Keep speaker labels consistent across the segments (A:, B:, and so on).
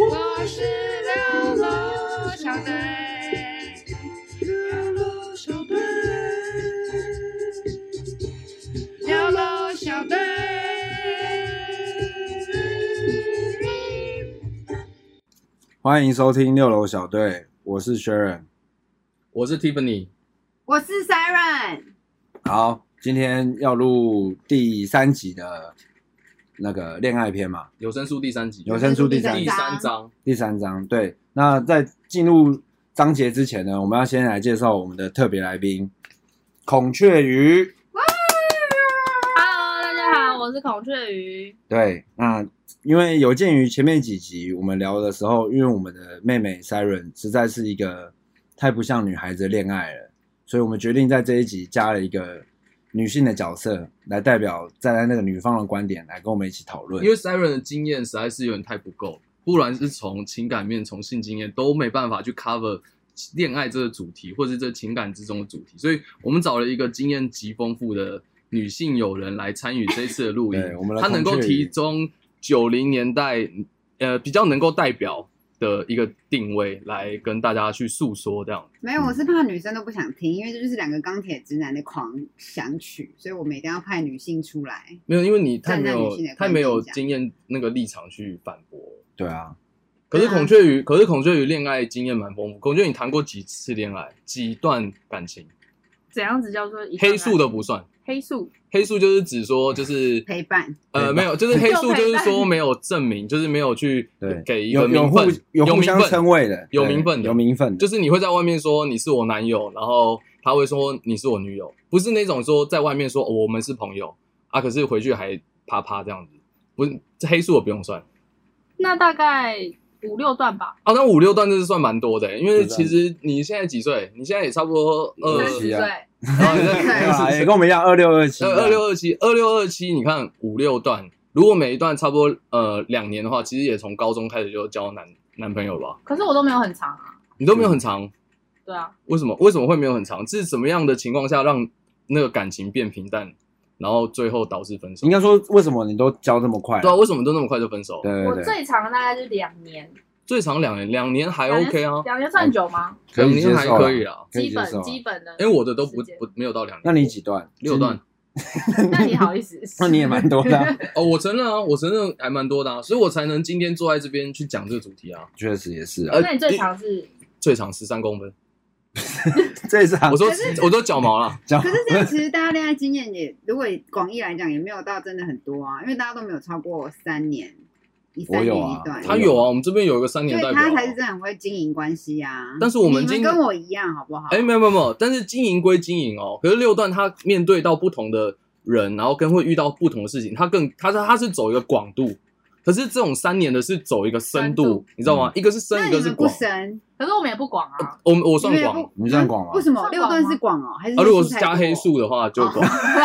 A: 我是流浪小队，流浪小队，流浪小队。
B: 欢迎收听六楼小队，我是 Sharon。
C: 我是 Tiffany，
D: 我是 Siren，
B: 好，今天要录第三集的那个恋爱篇嘛，
C: 有声书第三集，
B: 有声书第三
D: 第
C: 第
B: 章，
C: 三章，
B: 第三章。对，那在进入章节之前呢，我们要先来介绍我们的特别来宾孔雀鱼。
E: Hello，大家好，我是孔雀鱼。
B: 对，那因为有鉴于前面几集我们聊的时候，因为我们的妹妹 Siren 实在是一个太不像女孩子的恋爱了，所以我们决定在这一集加了一个女性的角色，来代表站在那个女方的观点来跟我们一起讨论
C: 因。为 Siren 的经验实在是有点太不够，不然是从情感面、从性经验都没办法去 cover 恋爱这个主题，或者是这情感之中的主题，所以我们找了一个经验极丰富的女性友人来参与这次的录音
B: 对我们，来
C: 她能够
B: 孔雀鱼
C: 提供九零年代呃比较能够代表的一个定位来跟大家去诉说这样。
D: 没有，我是怕女生都不想听，因为这就是两个钢铁直男的狂想曲，所以我们一定要派女性出来。
C: 没有，因为你太没
D: 站在
C: 有
D: 女性的观点
C: 太没有
D: 讲
C: 经验那个立场去反驳。
B: 对啊，
C: 可
D: 对啊
C: 是孔雀鱼，可是孔雀鱼恋爱经验蛮丰富。孔雀，你谈过几次恋爱？几段感情？
E: 怎样子叫做一段
C: 黑素
E: 爱
C: 的不算，
E: 黑素？
C: 黑素就是指说就是
D: 哎陪伴
C: 呃没有，就是黑素就是说没有证明，就是没有去
B: 对，
C: 给一
B: 有
C: 个
B: 有
C: 名
B: 互
C: 分，
B: 有互
C: 名
B: 相称
C: 分，
B: 谓的，
C: 有
B: 对
C: 名分的
B: 有名分的，
C: 就是你会在外面说你是我男友，然后他会说你是我女友，不是那种说在外面说、哦我们是朋友啊，可是回去还啪啪这样子，不是这黑素我不用算。
E: 那大概五六段吧。
C: 啊，那五六段真是算蛮多的，欸因为
B: 是啊
C: 其实你现在几岁？你现在也差不多二
E: 三
B: 二
E: 十
B: 七
E: 岁，
B: 啊
C: 然后你在
B: 对啊，也啊
C: 二
B: 跟我们一样，二六二七，
C: 呃二六二七二六二七，你看五六段，如果每一段差不多呃两年的话，其实也从高中开始就交男男朋友了吧？
E: 可是我都没有很长啊。
C: 你都没有很长，
E: 对啊，
C: 为什么？为什么会没有很长？是什么样的情况下让那个感情变平淡，然后最后导致分手
B: 应？该说为什么你都教这么快？
C: 对啊，为什么都那么快就分手？
B: 对
E: 我
B: 对对，
E: 最长的大概就是两年，
C: 最长两年，两年还
E: 两年
C: OK 啊，
E: 两年算久吗？
B: 可
C: 两
B: 以接
C: 年还
B: 受啊，
C: 可以啦。
B: 可以
E: 基
B: 接受
E: 本
B: 啊。
E: 基本的。
C: 因为我的都不
E: 时间
C: 不没有到两年，
B: 那你几段？
C: 六段。
E: 那你好意思？
B: 那你也蛮多的啊，
C: 哦，我承认啊，我承认还蛮多的啊，所以我才能今天坐在这边去讲这个主题啊。
B: 确实也是 啊。
E: 那你最长是？
C: 最长十三公分，
B: 这一场
C: 我说我说脚毛啦，
B: 讲
D: 可是这样，其实大家恋爱经验也，如果广义来讲，也没有到真的很多啊，因为大家都没有超过三年，以
B: 我
D: 三
B: 有
D: 年
B: 啊
D: 一段，
C: 他有啊，我们这边有一个
D: 所
C: 三年代
D: 以
C: 表
D: 他
C: 啊。
D: 才是真的很会经营关系啊。
C: 但是我们
D: 你
C: 经
D: 们跟我一样，好不好？
C: 哎，没有没有没有，但是经营归经营哦，可是六段他面对到不同的人，然后跟会遇到不同的事情，他更他是他是走一个广度，可是这种三年的是走一个深
E: 深
C: 度
E: 度，
C: 你知道吗？一个是深，
D: 嗯那
C: 一
D: 你
C: 个是
D: 们不
C: 广。
D: 深，
E: 可是我们也不广
B: 呃
E: 啊。
C: 我我
D: 我
C: 算广啊，
B: 你算广吗
D: 为什么
E: 算
D: 六
E: 广
D: 段
E: 吗
D: 是广哦？还是哦
C: 如果
D: 蔬
C: 是
D: 菜
C: 加黑
D: 多
C: 素的话就广。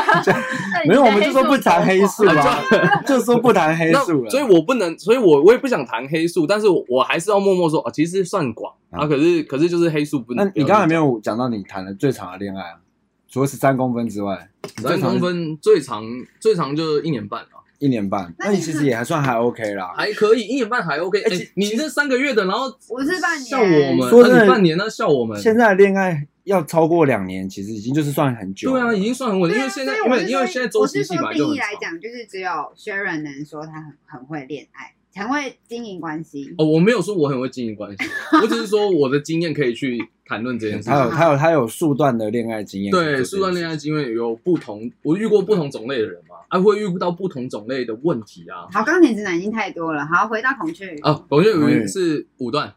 E: 那你
B: 没有，
E: 的
B: 我们就说不谈黑
E: 素
B: 素啊， 就说不谈黑
C: 那
B: 素了。
C: 所以我不能，所以我我也不想谈黑素，但是我我还是要默默说啊，其实算广
B: 啊
C: 啊，可是可是就是黑素不
B: 那
C: 能。
B: 你刚才没
C: 有
B: 有讲到你谈的最长的恋爱啊？除了十三公分之外，你最
C: 三
B: 长
C: 公分，最长最长就一年半了，
B: 一年半，那
D: 那你
B: 你其实也还算还 OK 啦。
C: 还可以，一年半还 OK。
B: 哎
C: 哎
B: 其，
C: 你这三个月的，然后
D: 我是半年，
C: 笑我们，
B: 说
C: 那
B: 真的
C: 你半年呢笑我们。
B: 现在的恋爱要超过两年，其实已经就是算很久。
C: 对啊，已经算很稳，
D: 对
C: 因
D: 啊
C: 为现在
D: 所以
C: 因
D: 我
C: 为
D: 是
C: 因为
D: 说
C: 现在周期
D: 我是
C: 性
D: 说
C: 本来就
D: 定
C: 很
D: 义来
C: 长。
D: 讲，就是只有 Sharon 能说她很很会恋爱，很会经营关系。
C: 哦，我没有说我很会经营关系，我只是说我的经验可以去谈论这件事
B: 他有
C: 情。
B: 他有他有数段的恋爱经验。
C: 对，数段恋爱经验有不同，我遇过不同种类的人嘛，啊，会遇到不同种类的问题啊。
D: 好，钢铁直男已经太多了。好，回到孔雀鱼，
C: 啊，孔雀
B: 哎
C: 鱼是五段，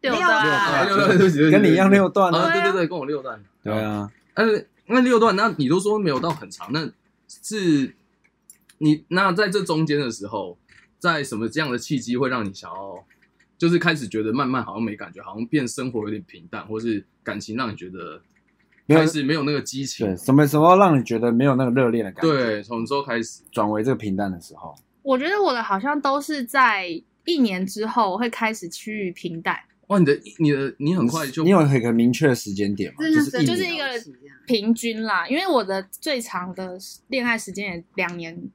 E: 六
D: 六
C: 啊，
D: 段。
E: 段
C: 六段，对不起对不起
B: 跟你一样六段啊。
C: 啊，对对对，跟我六段。
B: 对啊，
C: 但是那六段，那你都说没有到很长，那是你那在这中间的时候，在什么这样的契机会让你想要，就是开始觉得慢慢好像没感觉，好像变生活有点平淡，或是感情让你觉得
B: 没有
C: 开始没有那个激
B: 对，
C: 情。
B: 什么时候让你觉得没有那个热恋的感觉？，
C: 对，从之后开始，
B: 转为这个平淡的时候，
E: 我觉得我的好像都是在一年之后会开始趋于平淡。
C: 哇，你的你的你很快就
B: 你有很个明确的时间点嘛？
D: 这
B: 就是一
E: 就是
B: 年
E: 一个
D: 周期这样
E: 平均啦，因为我的最长的恋爱时间也两年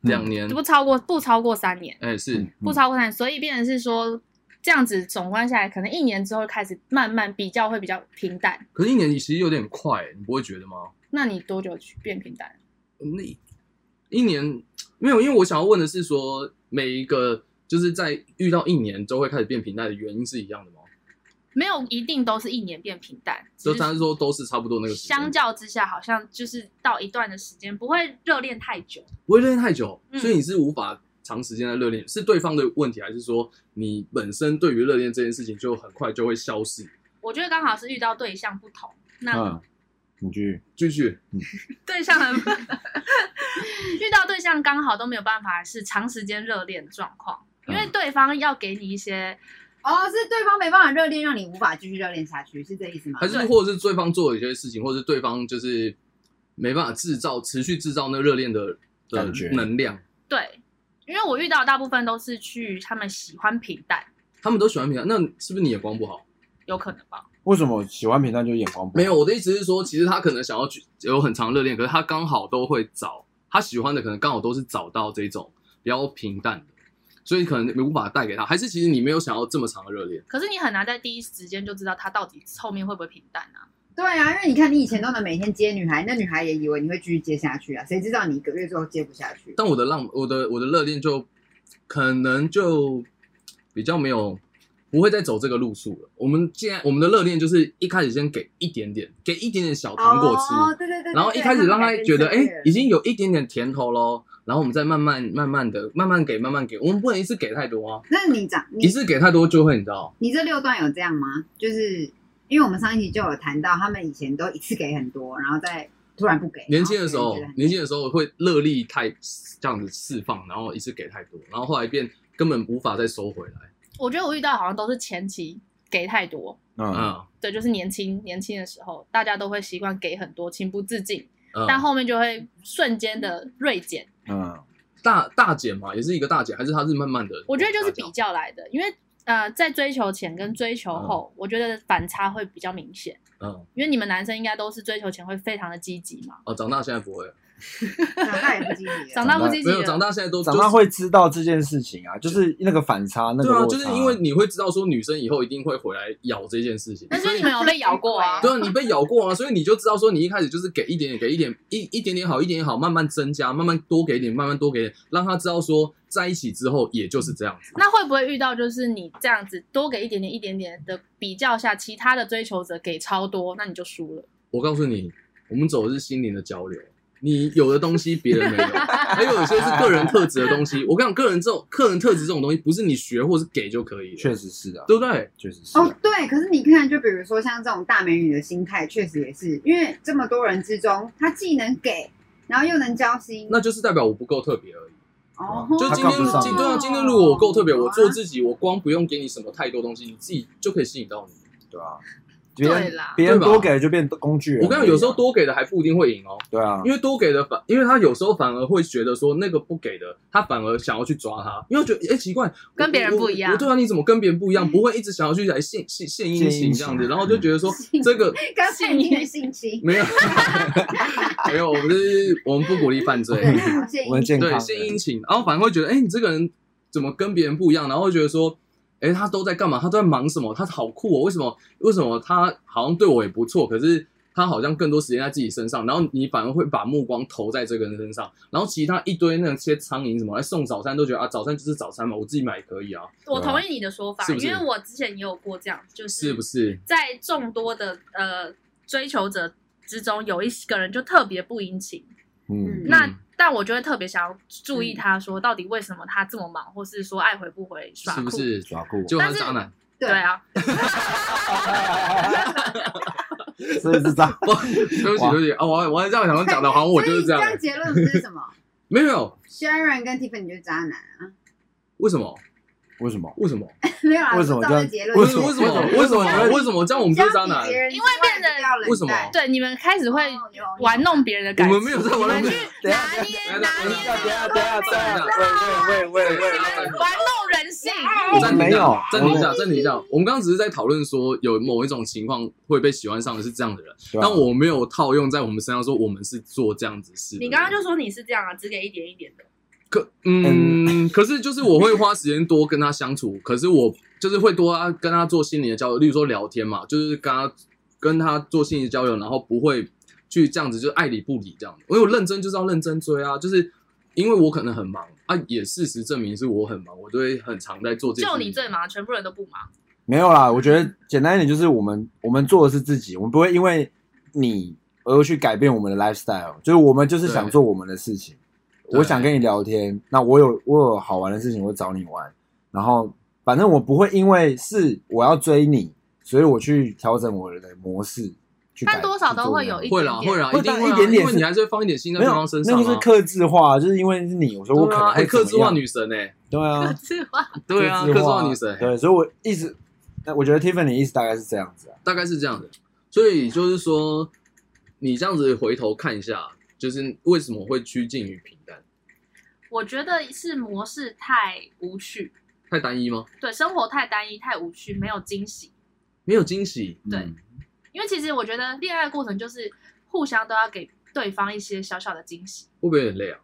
C: 两年，
E: 不超过不超过三年，
C: 哎，是
B: 嗯
E: 不超过三年，所以变成是说这样子总观下来，可能一年之后开始慢慢比较会比较平淡。
C: 可是一年其实有点快，你不会觉得吗？
E: 那你多久去变平淡？
C: 那一年没有，因为我想要问的是说，每一个就是在遇到一年之后会开始变平淡的原因是一样的吗？
E: 没有一定都是一年变平淡，
C: 就
E: 只
C: 他说都是差不多那个时间，
E: 相较之下，好像就是到一段的时间不会热恋太久。
C: 不会热恋太久，
E: 嗯
C: 所以你是无法长时间的热恋，是对方的问题，还是说你本身对于热恋这件事情就很快就会消失？
E: 我觉得刚好是遇到对象不同，那、
B: 嗯，你去，
C: 继续，
E: 对象很 遇到对象刚好都没有办法是长时间热恋的状况，因为
B: 嗯
E: 对方要给你一些
D: 哦，是对方没办法热恋，让你无法继续热恋下去，是这意思吗
C: 还？是或者是对方做了一些事情，或者是对方就是没办法制造持续制造那热恋的的
B: 感觉
C: 能量，
E: 对，因为我遇到的大部分都是去他们喜欢平淡，
C: 他们都喜欢平淡，那是不是你眼光不好？
E: 有可能吧？
B: 为什么喜欢平淡就眼光不好
C: 没有，？我的意思是说，其实他可能想要去有很长的热恋，可是他刚好都会找他喜欢的，可能刚好都是找到这种比较平淡的，所以可能没无法带给他。还是其实你没有想要这么长的热恋，
E: 可是你很难在第一时间就知道他到底后面会不会平淡啊？
D: 对啊，因为你看你以前都能每天接女孩，那女孩也以为你会继续接下去啊，谁知道你一个月之后接不下去？
C: 但我的浪，我的我的热恋就可能就比较没有，不会再走这个路数了。我们既然我们的热恋就是一开始先给一点点，给一点点小糖果吃，
D: 哦，对对对对
C: 然后一开始让他觉得，哎、已
D: 经
C: 经有一点点甜头喽，然后我们再慢慢慢慢的慢慢给慢慢给，我们不能一次给太多啊，
D: 那你长你
C: 一次给太多就会你知道，
D: 你这六段有这样吗？就是因为我们上一集就有谈到，他们以前都一次给很多，然后再突然不给。
C: 年轻的时候
D: 然后别人觉得很
C: 年轻的时候会热力太这样子释放，然后一次给太多，然后后来变根本无法再收回来，
E: 我觉得我遇到好像都是前期给太多，
B: 嗯，
C: 嗯
E: 对，就是年轻年轻的时候，大家都会习惯给很多，情不自禁，
C: 嗯，
E: 但后面就会瞬间的锐减。
B: 嗯
C: 大大减嘛，也是一个大减，还是他是慢慢的，
E: 我觉得就是比较来的，因为呃，在追求前跟追求后，我觉得反差会比较明显。
C: 嗯
E: 因为你们男生应该都是追求前会非常的积极嘛，
C: 哦，长大现在不会了，
D: 长啊大也 不积极
E: 长
D: 了。
E: 大不积极
C: 没有
E: 了，
C: 长大现在都
B: 长大。会知道这件事情啊，就是那个反差，那
C: 对
B: 个
C: 啊，
B: 落
C: 就是
B: 差
C: 因为你会知道说女生以后一定会回来咬这件事情，
E: 但是你们有被咬过啊？
C: 对啊，你被咬过啊，所以你就知道说，你一开始就是给一点点，给一点一一点点好，一点点好，慢慢增加，慢慢多给一点，慢慢多给一点，让他知道说，在一起之后也就是这样子。
E: 那会不会遇到就是你这样子多给一点点、一点点的比较下，其他的追求者给超多，那你就输了。
C: 我告诉你，我们走的是心灵的交流，你有的东西别人没有，还有有些是个人特质的东西。我跟你讲，个人这种个人特质这种东西，不是你学或是给就可以了，
B: 确实是啊，
C: 对不对？
B: 确实是啊。
D: 哦，对，可是你看，就比如说像这种大美女的心态，确实也是因为这么多人之中，她既能给，然后又能交心。
C: 那就是代表我不够特别而已。
D: 哦，
C: 就今
B: 他看
C: 天，
B: 不上
C: 今对啊，今天如果我够特别，
D: 好啊
C: 我做自己，我光不用给你什么太多东西，你自己就可以吸引到你。
B: 对啊，别人
E: 对啦
B: 别人
C: 对吧
B: 多给就变工具人。
C: 我跟你讲，有时候多给的还不一定会赢哦。
B: 对啊，
C: 因为多给的反，因为他有时候反而会觉得说那个不给的，他反而想要去抓他，因为觉得哎、诶奇怪，
E: 跟
C: 我
E: 别人
C: 我
E: 不一样嗯
C: 我对啊，你怎么跟别人不一样？不会一直想要去来献献献殷勤这样子，
B: 献殷勤
C: 然后就觉得说这个
D: 刚才你很性侵，
C: 没有 没有，我们是我们不鼓励犯罪，
D: 对，好谢
B: 我们
D: 谢。
B: 健康
C: 对
B: 的
C: 献殷勤，然后反而会觉得哎、诶你这个人怎么跟别人不一样？然后会觉得说。哎，他都在干嘛？他都在忙什么？他好酷哦！为什么？为什么他好像对我也不错，可是他好像更多时间在自己身上，然后你反而会把目光投在这个人身上，然后其他一堆那些苍蝇什么来送早餐，都觉得啊，早餐就是早餐嘛，我自己买也可以啊，
E: 我同意你的说法，
C: 是不是
E: 因为我之前也有过这样，就是
C: 是不是？
E: 在众多的呃追求者之中，有一个人就特别不殷勤，
B: 嗯，
E: 那但我就会特别想要注
C: 嗯
E: 意他说到底为什么他这么忙，或是说爱回不回耍
C: 是
E: 酷，
C: 不是？
B: 耍酷，
C: 就他是渣男，
E: 对啊，
B: 所以是啊渣。
C: 不，对不起，对不起啊！我我还这样想要讲的，好像我就是这
D: 这
C: 样，
D: 样结论不是什么
C: 没有没有，
D: ，Sharon 跟 Tiffany 就是渣男啊，
C: 为什么？
B: 为什么？
C: 为什么？
D: 没有啊，
B: 为什么
D: 就照这
B: 这样
D: 结
C: 为
D: 论
C: 什么？为
B: 为
C: 什
B: 什
C: 么？
B: 么
C: 为什么？为什么这样我们就是渣男？
D: 因
E: 为变得
C: 为嗯什么
E: 对你们开始会
D: 哦
E: 玩弄别人的感
C: 我
E: 情，
C: 们没有在玩
E: 你
C: 弄
E: 们去
C: 别人，
B: 等一
E: 拿捏
B: 下
C: 等一
E: 拿
C: 下
E: 捏
C: 等一下
B: 等一下，等一下，喂喂喂喂喂
E: 玩弄人性，
C: 暂停一
B: 没有
C: 下，暂停一下，暂停一下。我们刚刚只是在讨论说，有某一种情况会被喜欢上的是这样的人，
B: 对啊
C: 但我没有套用在我们身上，说我们是做这样子事的人。
E: 你刚刚就说你是这样啊，只给一点一点的，
C: 可嗯，可是就是我会花时间多跟他相处，可是我就是会多啊跟他做心理的交流，例如说聊天嘛，就是跟他跟他做心理交流，然后不会去这样子就爱理不理这样。因为我认真就是要认真追啊，就是因为我可能很忙啊，也事实证明是我很忙，我就会很常在做这些事
E: 就
C: 情。
E: 你最忙，全部人都不忙。
B: 没有啦，我觉得简单一点就是我们我们做的是自己，我们不会因为你而去改变我们的 lifestyle，就是我们就是想
C: 对
B: 做我们的事情。
C: 对
B: 我想跟你聊天，那我有我有好玩的事情，我找你玩。然后反正我不会因为是我要追你，所以我去调整我的模式去改。
E: 但多少都会有
B: 去
E: 一
B: 做
C: 会啦会啦，
B: 会
C: 一定
B: 但
C: 会
B: 一
C: 啦
B: 点点
C: 因为
B: 是
C: 你还是会放一点心在
B: 那
C: 对
B: 样
C: 方身
B: 没有，
C: 上啊
B: 那就是克制化，就是因为是你，我说我可
C: 对啊，
B: 能
C: 哎，
B: 会
C: 克制
B: 怎么
C: 化
B: 样
C: 女神哎，
B: 对啊
E: 可，是话
C: 对啊，克制化女神，
B: 对，所以我一直，但我觉得 Tiffany 意思大概是这样子啊。
C: 大概是这样的。所以就是说，你这样子回头看一下，就是为什么会趋近于平淡？
E: 我觉得是模式太无趣，
C: 太单一吗？
E: 对生活太单一、太无趣，没有惊喜。
C: 没有惊喜，
E: 对
B: 嗯
E: 因为其实我觉得恋爱过程就是互相都要给对方一些小小的惊喜。
C: 会不会有点累啊？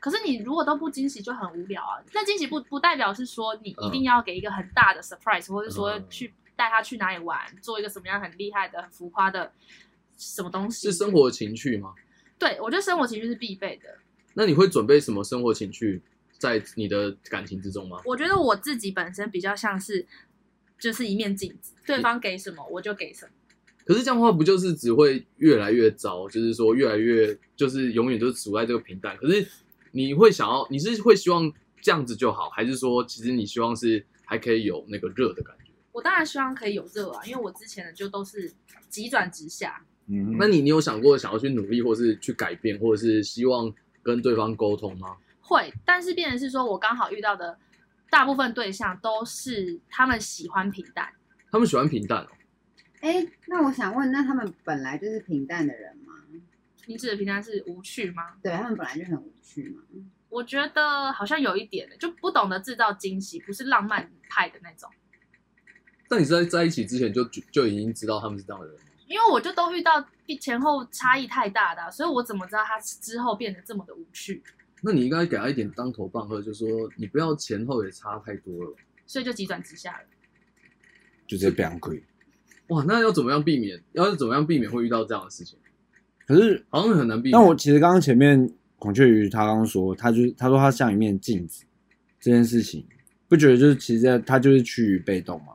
E: 可是你如果都不惊喜就很无聊啊。那惊喜不不代表是说你一定要给一个很大的 surprise，、或者说
C: 嗯
E: 去带他去哪里玩，做一个什么样很厉害的、很浮夸的什么东西。
C: 是生活情趣吗？
E: 对我觉得生活情绪是必备的。
C: 那你会准备什么生活情趣在你的感情之中吗？
E: 我觉得我自己本身比较像是就是一面镜子，对方给什么我就给什么。
C: 可是这样的话，不就是只会越来越糟？就是说，越来越就是永远都处在这个平淡。可是你会想要，你是会希望这样子就好，还是说，其实你希望是还可以有那个热的感觉？
E: 我当然希望可以有热啊，因为我之前的就都是急转直下。
B: 嗯
C: 那你你有想过想要去努力，或是去改变，或者是希望跟对方沟通吗？
E: 会，但是变成是说我刚好遇到的大部分对象都是他们喜欢平淡，
C: 他们喜欢平淡哦，
D: 哎，那我想问，那他们本来就是平淡的人吗？
E: 你指的平淡是无趣吗？
D: 对他们本来就很无趣嘛。
E: 我觉得好像有一点，欸就不懂得制造惊喜，不是浪漫派的那种。
C: 但你在在一起之前就就就已经知道他们是这样的人吗？
E: 因为我就都遇到前后差异太大的啊、所以我怎么知道他之后变得这么的无趣？
C: 那你应该给他一点当头棒喝，就说你不要前后也差太多了。
E: 所以就急转直下了。
B: 就直接变贵。
C: 哇，那要怎么样避免？要是怎么样避免会遇到这样的事情？
B: 可是，
C: 好像很难避免。
B: 但我其实刚刚前面孔雀鱼他刚刚说，他就是他说他像一面镜子这件事情，不觉得就是其实在他就是趋于被动嘛？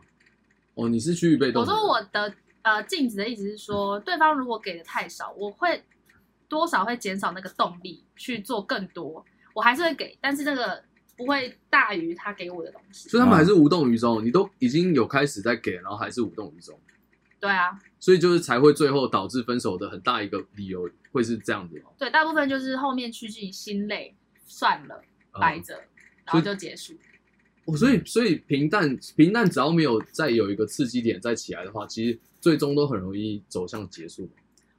C: 哦，你是趋于被动
E: 我
C: 的嗯人。
E: 说我的呃镜子的意思是说，对方如果给的太少，我会多少会减少那个动力去做更多，我还是会给，但是那个不会大于他给我的东西
C: 所。以他们
B: 啊
C: 还是无动于衷。你都已经有开始在给，然后还是无动于衷，
E: 对啊，
C: 所以就是才会最后导致分手的很大一个理由会是这样子哦。
E: 对，大部分就是后面趋近于心累，算了，
C: 嗯
E: 摆着，然后就结束。
C: 哦，所以所以平淡平淡，只要没有再有一个刺激点再起来的话，其实最终都很容易走向结束，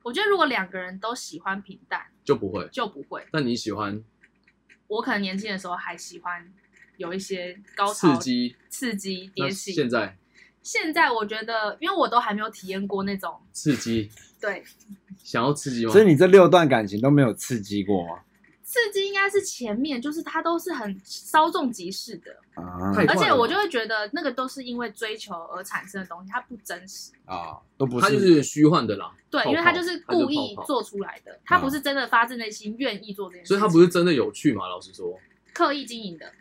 E: 我觉得如果两个人都喜欢平淡，
C: 就不会。
E: 就不会。
C: 但你喜欢
E: 我可能年轻的时候还喜欢有一些高潮
C: 刺、激，
E: 刺激、
C: 那
E: 迭起。
C: 现在
E: 现在我觉得，因为我都还没有体验过那种
C: 刺激，
E: 对
C: 想要刺激吗？
B: 所以你这六段感情都没有刺激过吗？
E: 刺激，应该是前面就是它都是很稍纵即逝的，
B: 啊
C: 太
E: 而
C: 快了
E: 且我就会觉得那个都是因为追求而产生的东西，它不真实。
B: 啊，都不
C: 它就是虚幻的啦。
E: 对，
C: 泡泡
E: 因为它就是故意
C: 它就泡泡啊
E: 做出来的，它不是真的发自内心愿意做这件事
C: 所
E: 情，
C: 以它不是真的有趣嘛？老实说，
E: 刻意经营的。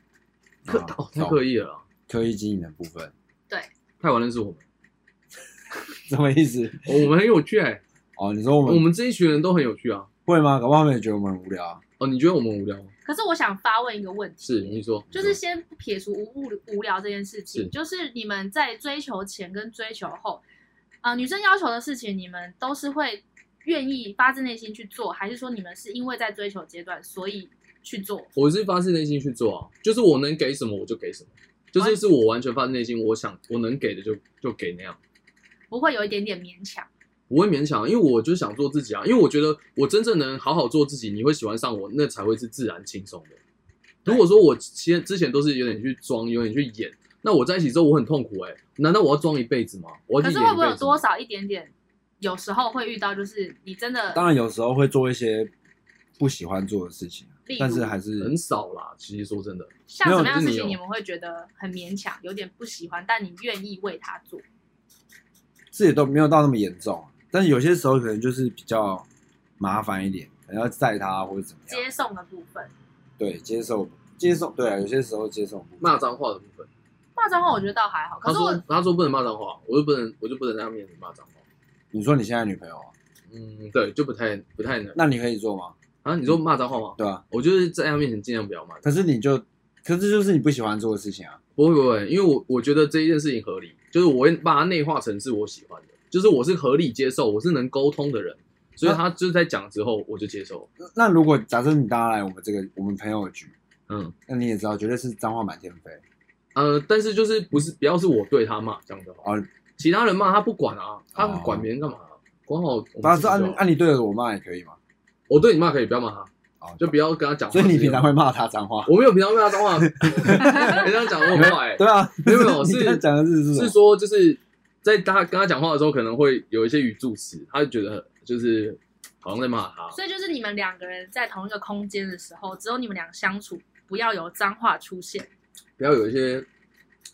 C: 刻
B: 啊
C: 哦，太刻意了啦，
B: 刻意经营的部分，
C: 太晚认识我们，
B: 什么意思？
C: 哦我们很有趣哎、
B: 哦，你说我
C: 我
B: 们
C: 们这一群人都很有趣啊。
B: 会吗？搞不好他们也觉得我们很无聊啊。
C: 哦，你觉得我们无聊吗？
E: 可是我想发问一个问题，
C: 是，你说，
E: 就是先撇除无无无聊这件事情，
C: 是
E: 就是你们在追求前跟追求后，呃，女生要求的事情，你们都是会愿意发自内心去做，还是说你们是因为在追求阶段所以去做？
C: 我是发自内心去做啊，就是我能给什么我就给什么，就是是我完全发自内心，我想我能给的就就给那样，
E: 不会有一点点勉强？
C: 不会勉强，因为我就想做自己啊，因为我觉得我真正能好好做自己，你会喜欢上我，那才会是自然轻松的。如果说我先之前都是有点去装，有点去演，那我在一起之后我很痛苦哎、难道我要装一辈子吗？我要
E: 可
C: 去
E: 是
C: 演
E: 会
C: 一
E: 不会
C: 辈
E: 有
C: 子
E: 多
C: 吗？
E: 少一点点？有时候会遇到，就是你真的
B: 当然有时候会做一些不喜欢做的事情啊，
E: 例
B: 但是
E: 如
B: 还是
C: 很少啦。其实说真的，
E: 像什么
B: 没有
E: 样的
B: 就是
E: 事
B: 你
E: 情你
B: 有
E: 们会觉得很勉强，有点不喜欢，但你愿意为他做？
B: 这也都没有到那么严重，但是有些时候可能就是比较麻烦一点，可能要载他或者怎么样。
E: 接送的部分，
B: 对，接受接受，对啊，有些时候接受不
C: 骂脏话的部分，
E: 骂脏话我觉得倒还好，可
C: 他
E: 是我
C: 说他说不能骂脏话，我就不能我就不能在他面前骂脏话。
B: 你说你现在女朋友啊，
C: 嗯，对，就不太不太能。
B: 那你可以做吗？
C: 啊，你说骂脏话吗？
B: 对啊，
C: 我就是在他面前尽量不要骂。
B: 可是你就，可是这就是你不喜欢做的事情啊。
C: 不会不会，因为我我觉得这一件事情合理，就是我会把它内化成是我喜欢的，就是我是合理接受，我是能沟通的人，所
B: 啊
C: 以他就是在讲之后我就接受。
B: 那那如果假设你搭来我们这个我们朋友局，
C: 嗯
B: 那你也知道，绝对是脏话满天飞。
C: 呃，但是就是不是不要是我对他骂这样就好，
B: 哦
C: 其他人骂他不管啊，他管别人干嘛、管好我们自己
B: 不哦是，按
C: 就好
B: 按你对着我骂也可以嘛。
C: 我对你骂可以，不要骂他，
B: 啊，
C: 就不要跟他讲话。
B: 所以你平
C: 这
B: 常
C: 样
B: 会骂他脏话，
C: 我没有平常骂他脏话，人家讲我很坏、欸，
B: 对啊，
C: 没有没有
B: 你
C: 是
B: 刚才讲的是什么
C: 是说就是在他跟他讲话的时候，可能会有一些语助词，他就觉得就是好像在骂他。
E: 所以就是你们两个人在同一个空间的时候，只有你们俩相处，不要有脏话出现。
C: 不要有一些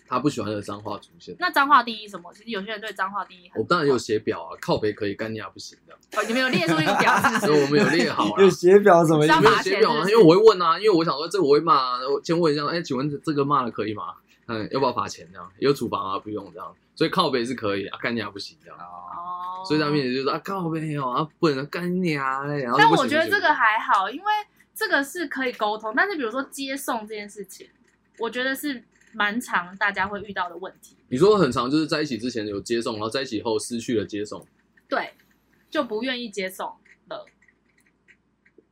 C: 他不喜欢的脏话出现。
E: 那脏话定义什么？其实有些人对脏话定义很
C: 我当然有写表啊，靠北可以，干你啊不行的，
E: 哦，你们有列出一个表是不
C: 所以我
E: 是？
C: 们有 列好
B: 有
C: 了。
B: 写表什么意
E: 脏
B: 思
C: 没有
E: 话
C: 写表啊，
E: 是不是
C: 因为我会问啊，因为我想说这个我会骂、啊，我先问一下，哎、请问这个骂了可以吗？嗯，要不要罚钱这样？有处罚吗？不用这样，所以靠北是可以啊，干你啊不行这样。
B: 啊？
E: 哦，
C: 所以他面前就说啊靠北哦，啊不能干你啊，然后
E: 但
C: 就不行
E: 我觉得这
C: 不
E: 个
C: 行
E: 还好，因为这个是可以沟通。但是比如说接送这件事情，我觉得是蛮常大家会遇到的问题。
C: 你说很长，就是在一起之前有接送，然后在一起后失去了接送，
E: 对，就不愿意接送了，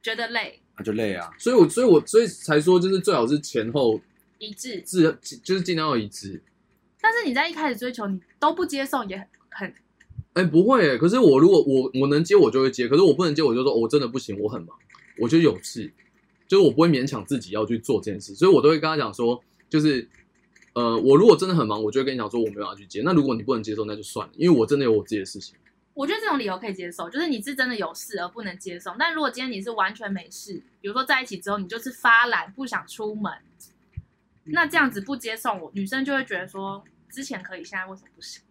E: 觉得累，
B: 那就累啊。
C: 所以我所以我所以才说就是最好是前后
E: 一致。
C: 至就是尽量要一致，
E: 但是你在一开始追求你都不接送也很很
C: 哎、不会耶、可是我如果我我能接我就会接，可是我不能接我就说、哦我真的不行，我很忙，我就有事，就是我不会勉强自己要去做这件事，所以我都会跟他讲说，就是呃，我如果真的很忙，我就会跟你讲说我没办法去接。那如果你不能接受，那就算了，因为我真的有我自己的事情。
E: 我觉得这种理由可以接受，就是你是真的有事而不能接送。但如果今天你是完全没事，比如说在一起之后你就是发懒不想出门，
C: 嗯
E: 那这样子不接送我，女生就会觉得说之前可以，现在为什么不行？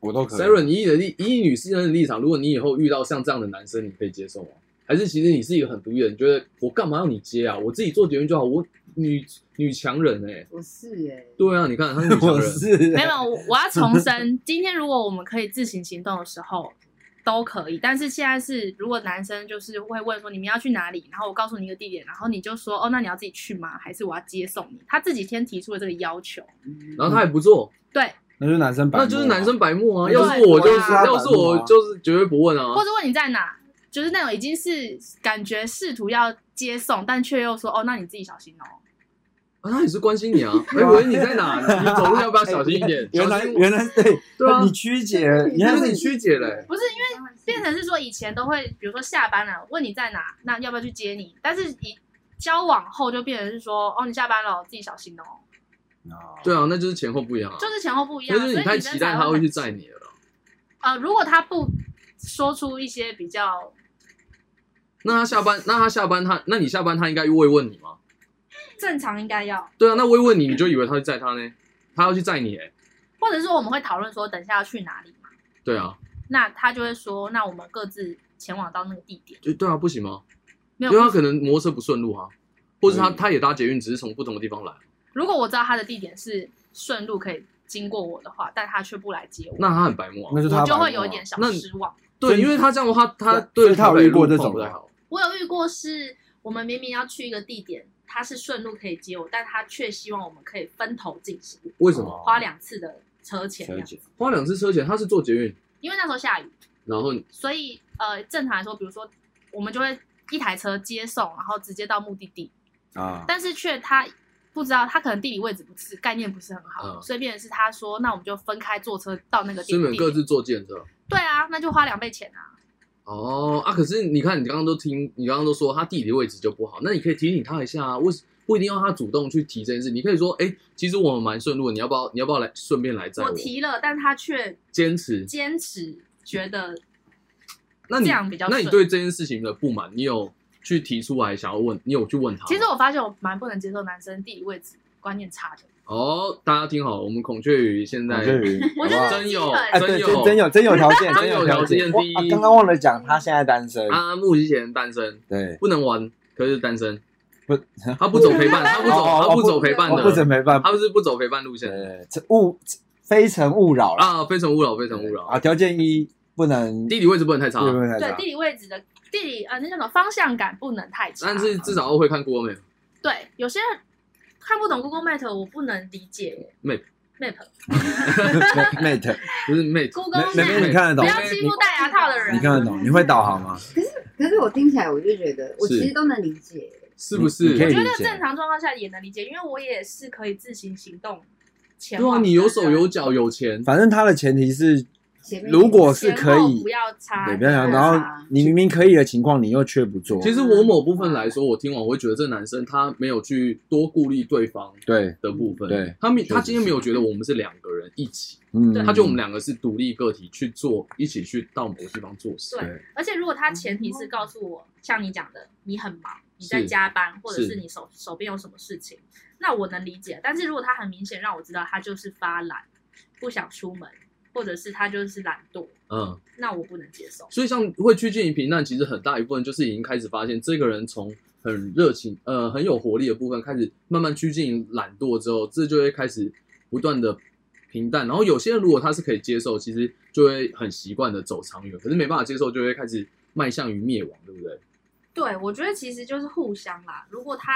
B: 我都可以。
C: Saren，以你的立以你女性的立场，如果你以后遇到像这样的男生，你可以接受吗？还是其实你是一个很独立的人，你觉得我干嘛要你接啊？我自己做决定就好。我女女强人哎、
D: 我是哎、
C: 对啊，你看她是女 强
B: 我
C: 人，
B: 是
E: 没有，我我要重申，今天如果我们可以自行行动的时候都可以，但是现在是如果男生就是会问说你们要去哪里，然后我告诉你一个地点，然后你就说哦，那你要自己去吗？还是我要接送你？他自己先提出了这个要求，
D: 嗯
C: 然后她也不做，
E: 对，
B: 那就是男生白目
C: 那
B: 啊，
C: 就是男生白目啊！
E: 对
C: 要是我就是，
E: 对啊
C: 要是我就是绝对不问啊
E: 或。者问你在哪，就是那种已经是感觉试图要接送，但却又说哦，那你自己小心哦。
C: 啊，他也是关心 你啊。哎，喂，你在哪？你走路要不要小心一点？
B: 原
C: 小
B: 来
C: 心，
B: 原来对，呃
C: 对啊
B: 你，曲解，你
C: 那
B: 看
C: 是你
B: 是
C: 曲解嘞。
E: 不是
D: 因为
E: 变成是说以前都会，比如说下班了问你在哪，那要不要去接你？但是你交往后就变成是说哦，你下班了，自己小心哦。
C: 对啊，那就是前后不一样啊。
E: 就是前后不一样，
C: 但
E: 所以
C: 是你太期待他
E: 会
C: 会去载你了。
E: 呃，如果他不说出一些比较，
C: 那他下班，那他下班，他那你下班，他应该慰问你吗？
E: 正常应该要，
C: 对啊，那慰问你，你就以为他去载他呢？他要去载你哎。
E: 或者是我们会讨论说等一下要去哪里嘛，
C: 对啊，
E: 那他就会说，那我们各自前往到那个地点，
C: 就对啊，不行吗？
E: 没
C: 因
E: 有
C: 为他
E: 不。
C: 可能摩托车不顺路啊，或是他
B: 嗯
C: 他也搭捷运，只是从不同的地方来，
E: 如果我知道他的地点是顺路可以经过我的话，但他却不来接我，
C: 那他很白目啊。
B: 那就他
E: 我
B: 白目
E: 就
B: 啊
E: 会有一点小
C: 那你
E: 失望。
B: 所
C: 对，
B: 以
C: 因为他这样的话，他
B: 所
C: 对
B: 以他有
C: 台北
B: 遇过
C: 路
B: 这
C: 况
B: 种
C: 不太
B: 吗
C: 好。
E: 我有遇过是我们明明要去一个地点，他是顺路可以接我，但他却希望我们可以分头进行，
C: 为什么？
E: 花两次的车钱这
B: 曲
E: 样
B: 解
E: 子，
C: 花两次车钱，他是坐捷运，
E: 因为那时候下雨。
C: 然后
E: 所以呃，正常来说，比如说我们就会一台车接送，然后直接到目的地，
B: 啊，
E: 但是却他不知道，他可能地理位置不是概念不是很好，
C: 嗯
E: 所以变成是他说，那我们就分开坐车到那个地
C: 所以你们
E: 地
C: 各
E: 点。
C: 自坐电车。
E: 对啊，那就花两倍钱啊。
C: 哦啊，可是你看，你刚刚都听，你刚刚都说他地理位置就不好，那你可以提醒他一下啊，为什不一定要他主动去提这件事？你可以说，哎、其实我们蛮顺路的，你要不要，你要不要来顺便来载
E: 我提了，但他却
C: 坚持，
E: 坚持觉得
C: 那
E: 这
C: 你
E: 样比较
C: 那你
E: 顺
C: 对这件事情的不满，你有去提出来想要问，你有去问他吗？
E: 其实我发现我蛮不能接受男生地理位置观念差的，
C: 哦，大家听好，我们孔雀鱼现在
B: 孔雀鱼，
E: 我觉
B: 好
E: 得这
B: 不好
E: 是
B: 真
C: 真有
E: 基本
B: 哎，对，真真有真有条件，
C: 真有
B: 有
C: 条件
B: 件。我
C: 第一
B: 啊刚刚忘了讲，他现在单身，
C: 啊，目前单身，
B: 对，
C: 不能玩，可是单身，
B: 不，啊
C: 他不走陪伴，他不走，
B: 哦哦
C: 他不啊走陪伴
B: 我
C: 的，
B: 不准没办法，
C: 他不是不走陪伴路线的
B: 呃，这勿非诚勿扰啦
C: 啊，非诚勿扰，非诚勿扰
B: 啊，条件一不能
C: 地理位置不能太差，
B: 不能太
E: 对
B: 差
E: 地理位置的地理呃那叫什么方向感不能太差。
C: 但是至少会看 Google Map。
E: 对有些人看不懂 Google Map，我不能理解
C: Map
E: map。
B: mate，
C: 不是 mate，
E: Google
B: 妹妹
E: Map，
B: 你看得
E: 不
B: 懂，
E: 要欺负戴牙套的人。
B: 你看得懂，你会导航吗？
D: 可是我听起来我就觉得，我
C: 是
D: 其实都能理解。
C: 是不是
B: 你可
E: 我
B: 以？
E: 觉
B: 理
E: 得
B: 解
E: 正常状况下也能理解，因为我也是可以自行行动前
C: 对
E: 往
C: 啊，
E: 的人。
C: 你有手有脚有钱，
B: 反正他的前提是，
D: 前面
B: 如果是
E: 前
B: 可
E: 后
B: 以
E: 不，要差。
B: 对，不要想，
D: 对
B: 然
D: 啊
B: 后你明明可以的情况，你又却不做，
C: 其实我某部分来说，我听完我会觉得这男生他没有去多顾虑对方
B: 对，
C: 的部分，
B: 对，
C: 他没
B: 确实
C: 他今天没有觉得我们是两个人一起，
B: 嗯，
E: 对
C: 他就我们两个是独立个体去做，一起去到某个地方做事，
E: 对，而且如果他前提是告诉我，像你讲的，你很忙，你在
C: 是
E: 加班，或者
C: 是
E: 是你手手边有什么事情，那我能理解。但是如果他很明显让我知道他就是发懒，不想出门，或者是他就是懒惰，
C: 嗯，
E: 那我不能接受。
C: 所以像会趋近于平淡，其实很大一部分就是已经开始发现这个人从很热情，呃，很有活力的部分开始慢慢趋近于懒惰之后，这就会开始不断的平淡。然后有些人如果他是可以接受，其实就会很习惯的走长远，可是没办法接受，就会开始迈向于灭亡，对不对？
E: 对，我觉得其实就是互相啦。如果他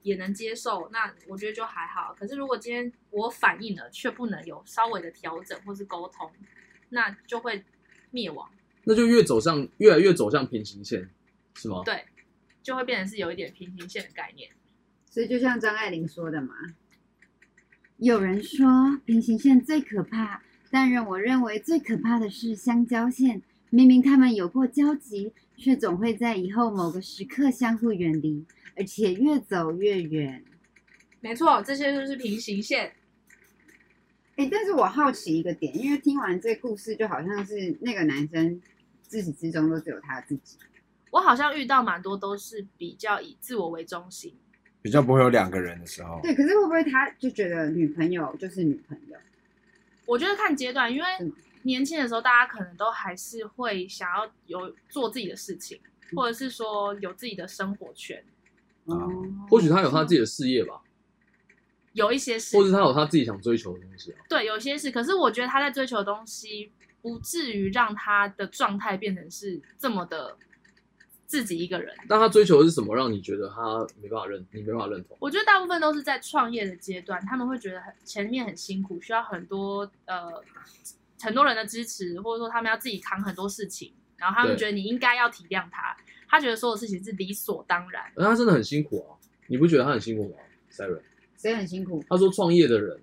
E: 也能接受，那我觉得就还好。可是如果今天我反应了，却不能有稍微的调整或是沟通，那就会灭亡。
C: 那就越走向越来越走向平行线，是吗？
E: 对，就会变成是有一点平行线的概念。
D: 所以就像张爱玲说的嘛，有人说平行线最可怕，但让我认为最可怕的是相交线。明明他们有过交集，却总会在以后某个时刻相互远离，而且越走越远。
E: 没错，这些就是平行线。
D: 哎、但是我好奇一个点，因为听完这故事，就好像是那个男生自始至终都只有他自己。
E: 我好像遇到蛮多都是比较以自我为中心，
B: 比较不会有两个人的时候，
D: 对，可是会不会他就觉得女朋友就是女朋友？
B: 啊
E: 我觉得看阶段，因为
D: 是吗
E: 年轻的时候大家可能都还是会想要有做自己的事情，或者是说有自己的生活圈，
B: 啊
F: 哦
C: 或许他有他自己的事业吧，
E: 有一些是
C: 或者他有他自己想追求的东西啊。
E: 对，有些是，可是我觉得他在追求的东西，不至于让他的状态变成是这么的自己一个人。
C: 但他追求的是什么，让你觉得他没办法认，你没办法认同？
E: 我觉得大部分都是在创业的阶段，他们会觉得很前面很辛苦，需要很多呃很多人的支持，或者说他们要自己扛很多事情，然后他们
C: 对
E: 觉得你应该要体谅他，他觉得所有事情是理所当然。
C: 而他真的很辛苦啊，你不觉得他很辛苦吗，Siren？
D: 谁很辛苦？
C: 他说创业的人，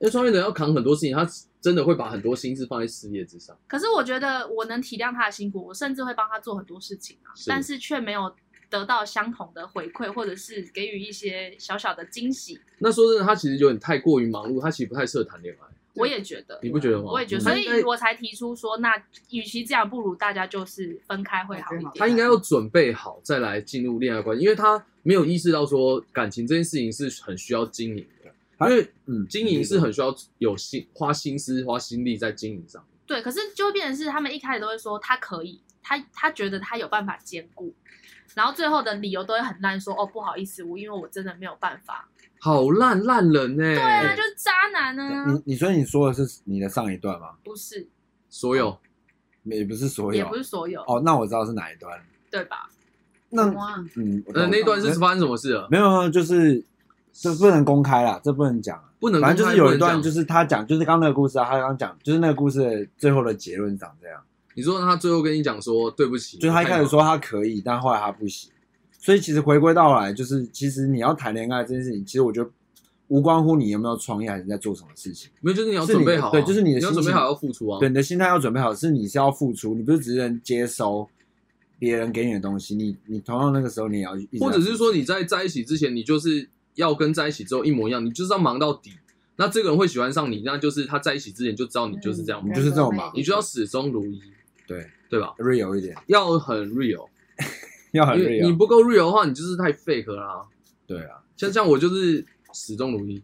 C: 因为创业的人要扛很多事情，他真的会把很多心思放在事业之上。
E: 可是我觉得我能体谅他的辛苦，我甚至会帮他做很多事情啊，
C: 是
E: 但是却没有得到相同的回馈，或者是给予一些小小的惊喜。
C: 那说真的，他其实有点太过于忙碌，他其实不太适合谈恋爱，
E: 我也觉得，
C: 你不觉得吗？
E: 我也觉得，
B: 嗯
E: 所
C: 他应
E: 以
C: 该
E: 我才提出说，那与其这样，不如大家就是分开会好一
D: 我觉得好
E: 点。
C: 他应该要准备好再来进入恋爱关系，因为他没有意识到说感情这件事情是很需要经营的，
B: 他
C: 因为
B: 嗯，
C: 经营是很需要有心花心思、花心力在经营上。
E: 对，可是就会变成是他们一开始都会说他可以，他他觉得他有办法兼顾，然后最后的理由都会很烂，说哦不好意思，我因为我真的没有办法。
C: 好烂烂人欸呢、
E: 对啊，就是渣男呢，
B: 你你所以你说的是你的上一段吗？
E: 不是，
C: 所有
B: 也不是所
E: 也
B: 有
E: 不，是所有，
B: 哦，那我知道是哪一段。
E: 对吧？
B: 那
D: 哇，
B: 嗯，我
C: 呃那一段
B: 懂
C: 是
B: 了
C: 发生什么事啊了？
B: 没有没有，就是这不能公开啦，这不能讲。
C: 不能公开，
B: 反正就是有一
C: 不
B: 段，
C: 能讲
B: 就是他讲，就是刚刚那个故事啊，他刚刚讲，就是那个故事的最后的结论长这样，
C: 你说他最后跟你讲说对不起，
B: 就是他一开始说他可以，但后来他不行，所以其实回归到来，就是其实你要谈恋爱这件事情，其实我觉得无关乎你有没有创业，还是在做什么事情，
C: 没有，就是你要
B: 是你
C: 准备好啊、
B: 对就是你的
C: 你要
B: 心
C: 准备
B: 情
C: 好要付出啊。
B: 对，你的心态要准备好，是你是要付出，你不是只能接收别人给你的东西，你你同样那个时候你也要一直在付出，
C: 或者是说你在在一起之前，你就是要跟在一起之后一模一样，你就是要忙到底。那这个人会喜欢上你，那就是他在一起之前就知道你就是这样
B: 你
C: 忙，
B: 嗯就是这种嘛
C: 你就要始终如一，
B: 对
C: 对吧？
B: real 一点，
C: 要很 real，
B: 要很
C: 因为你
B: real。
C: 不够 real 的话，你就是太 fake 了啦。
B: 对啊，
C: 像像我就是始终如一，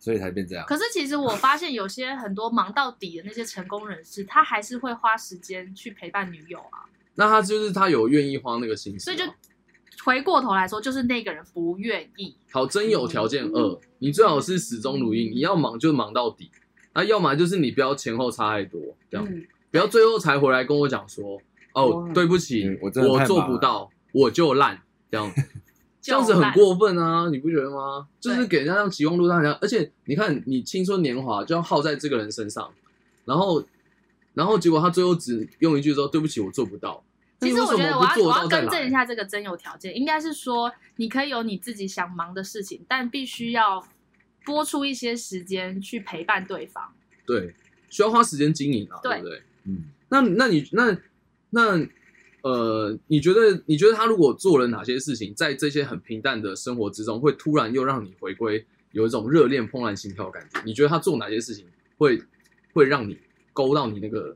B: 所以才变这样。
E: 可是其实我发现有些很多忙到底的那些成功人士，他还是会花时间去陪伴女友啊，
C: 那他就是他有愿意花那个心思
E: 所
C: 啊、
E: 以就回过头来说，就是那个人不愿意。
C: 好，真有条件
E: 嗯
C: 二，你最好是始终如一，你要忙就忙到底，那、要么就是你不要前后差太多，这样、
D: 嗯，
C: 不要最后才回来跟我讲说，哦
D: 哇，
C: 对不起
B: 嗯，我真的太忙
C: 做不到，我就烂，这样这样子很过分啊，你不觉得吗？就是给人家让期望落差很大，而且你看你青春年华就要耗在这个人身上，然后然后结果他最后只用一句说对不起，我做不到。
E: 其实我觉得我
C: 那
E: 要
C: 你为什么不做
E: 我
C: 到
E: 要
C: 再
E: 更正
C: 来
E: 一，下这个真有条件，应该是说你可以有你自己想忙的事情，但必须要拨出一些时间去陪伴对方。
C: 对，需要花时间经营啊，
E: 对
C: 对不对？
B: 嗯，
C: 那那你那那呃，你觉得你觉得他如果做了哪些事情，在这些很平淡的生活之中，会突然又让你回归有一种热恋怦然心跳的感觉？你觉得他做哪些事情会会让你勾到你那个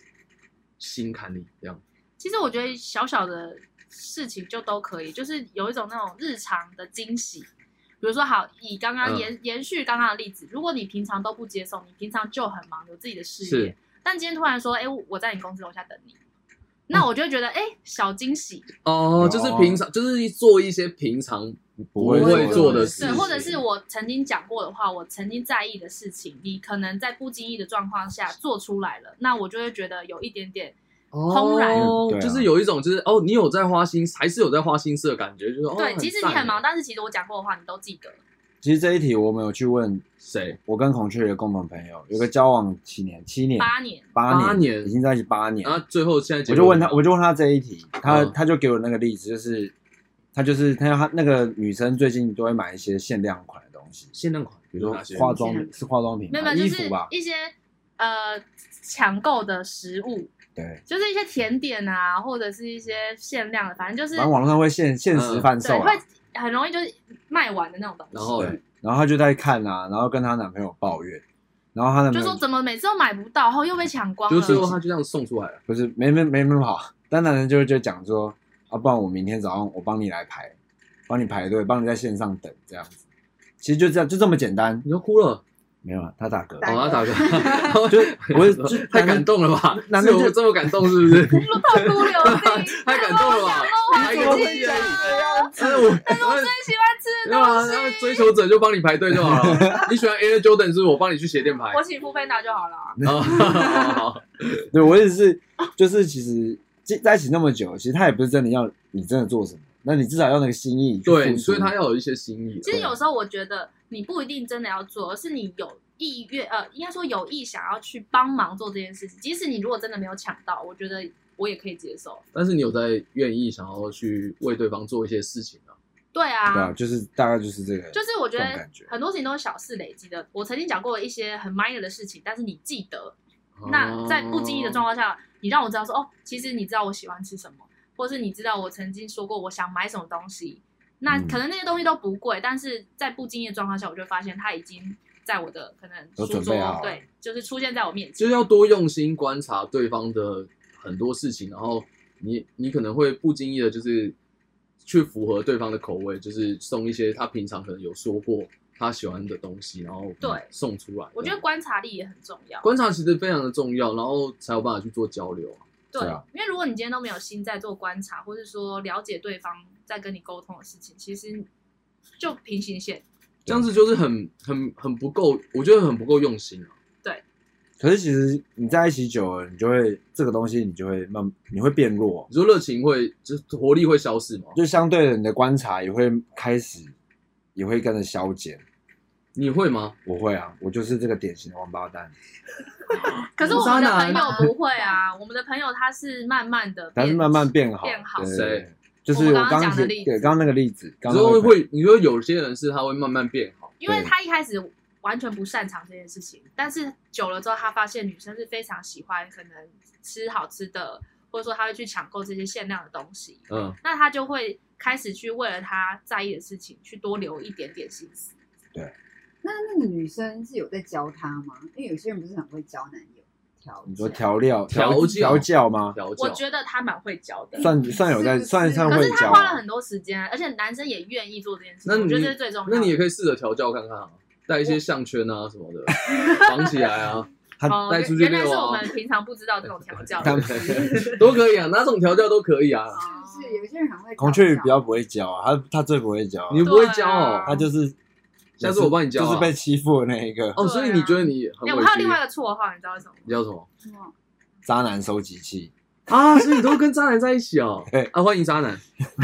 C: 心坎里？这样，
E: 其实我觉得小小的事情就都可以，就是有一种那种日常的惊喜。比如说，好，以刚刚
C: 嗯
E: 延、延续刚刚的例子，如果你平常都不接送，你平常就很忙，有自己的事业
C: 是，
E: 但今天突然说，哎、我在你公司楼下等你，
C: 嗯
E: 那我就会觉得，哎、小惊喜，
C: 哦，就是平常，就是做一些平常
B: 不会
C: 不会做的事
E: 对，
C: 情
E: 或者是我曾经讲过的话，我曾经在意的事情，你可能在不经意的状况下做出来了，那我就会觉得有一点点，怦然
C: 哦
B: 对啊
C: 就是有一种就是哦，你有在花心，还是有在花心思的感觉，就是哦，
E: 对，即使你
C: 赞嗯
E: 很忙，
C: 耶，
E: 但是其实我讲过的话你都记得。
B: 其实这一题我们有去问
C: 谁？
B: 我跟孔雀有一个共同朋友，有个交往七年，七年，
E: 八年，
B: 八
C: 八年嗯
B: 已经在一起八年
C: 然，后最后现在
B: 我
C: 结
B: 就
C: 果
B: 问他，我就问他这一题，他、
C: 嗯
B: 他就给我那个例子，就是他就是他他那个女生最近都会买一些限量款的东西，
C: 限量款，
B: 比如
C: 哪些
B: 说化妆品是化妆品
E: 没有
B: 吗，
E: 没有，
B: 衣
E: 就是
B: 服吧，
E: 一些呃抢购的食物，
B: 对，
E: 就是一些甜点啊，或者是一些限量的，反正就是
B: 反正网络上会限限
C: 嗯
B: 时贩售
E: 对，
B: 啊、
E: 会很容易就是卖完的那种东西。
C: 然后
B: 对，然后她就在看啊，然后跟她男朋友抱怨，然后她男
E: 就
B: 朋
E: 说
B: 友
E: 怎么每次都买不到，然后又被抢光
C: 就
E: 了。
C: 是最后他就这样送出来了。
B: 不是没没没那么好，但男人就就讲说，啊，不然我明天早上我帮你来排，帮你排队，帮你在线上等这样子，其实就这样就这么简单，
C: 你都哭了，
B: 没有啊，他打 嗝，
C: 好
D: 嗝
C: 啊，大 哥，
B: 就我就就
C: 太感动了吧？
B: 男
C: 是
B: 的就
C: 我这么感动是不 是？
E: 说痛哭 流涕，
C: 太感动 了吧？还感动而已。但是哎我但是我
E: 哎最啊喜欢吃
C: 没有啊，那追求者就帮你排队就 好了。你喜欢 Air Jordan 是不是我帮你去鞋店排
E: 我。请付费拿就好了啊。
C: 啊，好 好好
B: 对我也是，就是其实在在一起那么久，其实他也不是真的要你真的做什么，那你至少要那个心意去付
C: 对，
B: 出
C: 所以他要有一些心意。
E: 其
B: 啊
E: 实有时候我觉得你不一定真的要做，而是你有意愿，呃，应该说有意想要去帮忙做这件事情。即使你如果真的没有抢到，我觉得我也可以接受。
C: 但是你有在愿意想要去为对方做一些事情啊？
E: 对
B: 对
E: 啊
B: 啊，，就是大概就是这个，
E: 就是我觉
B: 这种
E: 得
B: 感觉
E: 很多事情都是小事累积的。我曾经讲过一些很 minor 的事情，但是你记得，那在不
C: 哦
B: 哦
E: 经意的状况下，你让我知道说，哦，其实你知道我喜欢吃什么，或是你知道我曾经说过我想买什么东西。那
B: 嗯
E: 可能那些东西都不贵，但是在不经意的状况下，我就发现它已经在我的可能
B: 都
E: 书
B: 准备
E: 桌
B: 好了，
E: 对，就是出现在我面
C: 就
E: 前
C: 是。要多用心观察对方的很多事情，然后你你可能会不经意的，就是去符合对方的口味，就是送一些他平常可能有说过他喜欢的东西，然后
E: 对
C: 送出来。
E: 我觉得观察力也很重要，
C: 观察其实非常的重要，然后才有办法去做交流啊。
E: 对
B: 是啊，
E: 因为如果你今天都没有心在做观察，或是说了解对方在跟你沟通的事情，其实就平行线。
C: 这样子就是很很很不够，我觉得很不够用心啊。
B: 可是其实你在一起久了，你就会这个东西，你就会慢，你会变弱，
C: 你说热情会就是活力会消逝吗？
B: 就相对的，你的观察也会开始，也会跟着消减。
C: 你会吗？
B: 我会啊，我就是这个典型的王八蛋，
E: 可是我们的
C: 渣
E: 朋
C: 男
E: 友不会啊，我们的朋友他是慢慢的，
B: 但是慢慢变好，
E: 变好
B: 对
C: 谁？
B: 对对就是我
E: 我们刚刚讲的
B: 刚
E: 例
B: 对
E: 子
B: 刚刚那个例子，
C: 你
B: 刚刚那
C: 说
B: 个
C: 会，你说有些人是他会慢慢变好，
E: 因为他一开始完全不擅长这件事情，但是久了之后，他发现女生是非常喜欢可能吃好吃的，或者说他会去抢购这些限量的东西，
C: 嗯，
E: 那他就会开始去为了他在意的事情去多留一点点心思。
D: 那那个女生是有在教他吗？因为有些人不是很会教男友，
F: 调
B: 你说
F: 教
B: 调料
C: 调教
B: 调教吗？
C: 调
E: 我
C: 教，
E: 觉得他蛮会教的，
B: 算算有在
F: 是
B: 算
F: 是
B: 算
E: 可
B: 会
E: 是他
B: 教
E: 花了
B: 啊，
E: 很多时间啊，而且男生也愿意做这件事，
C: 那
E: 情，
C: 你
E: 我觉得这是最重要的。
C: 那你也可以试着调教看看啊，带一些项圈啊什么的绑起来 啊，
E: 哦，
C: 带
E: 原
C: 出去
E: 原来
C: 遛
E: 是
C: 啊
E: 我们平常不知道这种 调教。
B: 他们
C: 都可以啊，哪种调教都可以啊。
E: 哦
F: 是是，有些人很会
B: 孔雀
F: 调
B: 鱼
F: 教
B: 比较不会教啊，他他最不会教啊，
C: 你不会教哦
E: 对啊
B: 他就是
C: 下次我帮你教啊
B: 就是被欺负的那一个
C: 哦，
E: 对啊
C: 所以你觉得你很
E: 哎，我
C: 委
E: 还有另
C: 屈
E: 外？一个绰号，你知道是什么吗？
C: 你叫什么
B: 渣男收集器。
C: 啊？所以你都跟渣男在一起 哦
B: 对？
C: 啊，欢迎渣男。
E: 不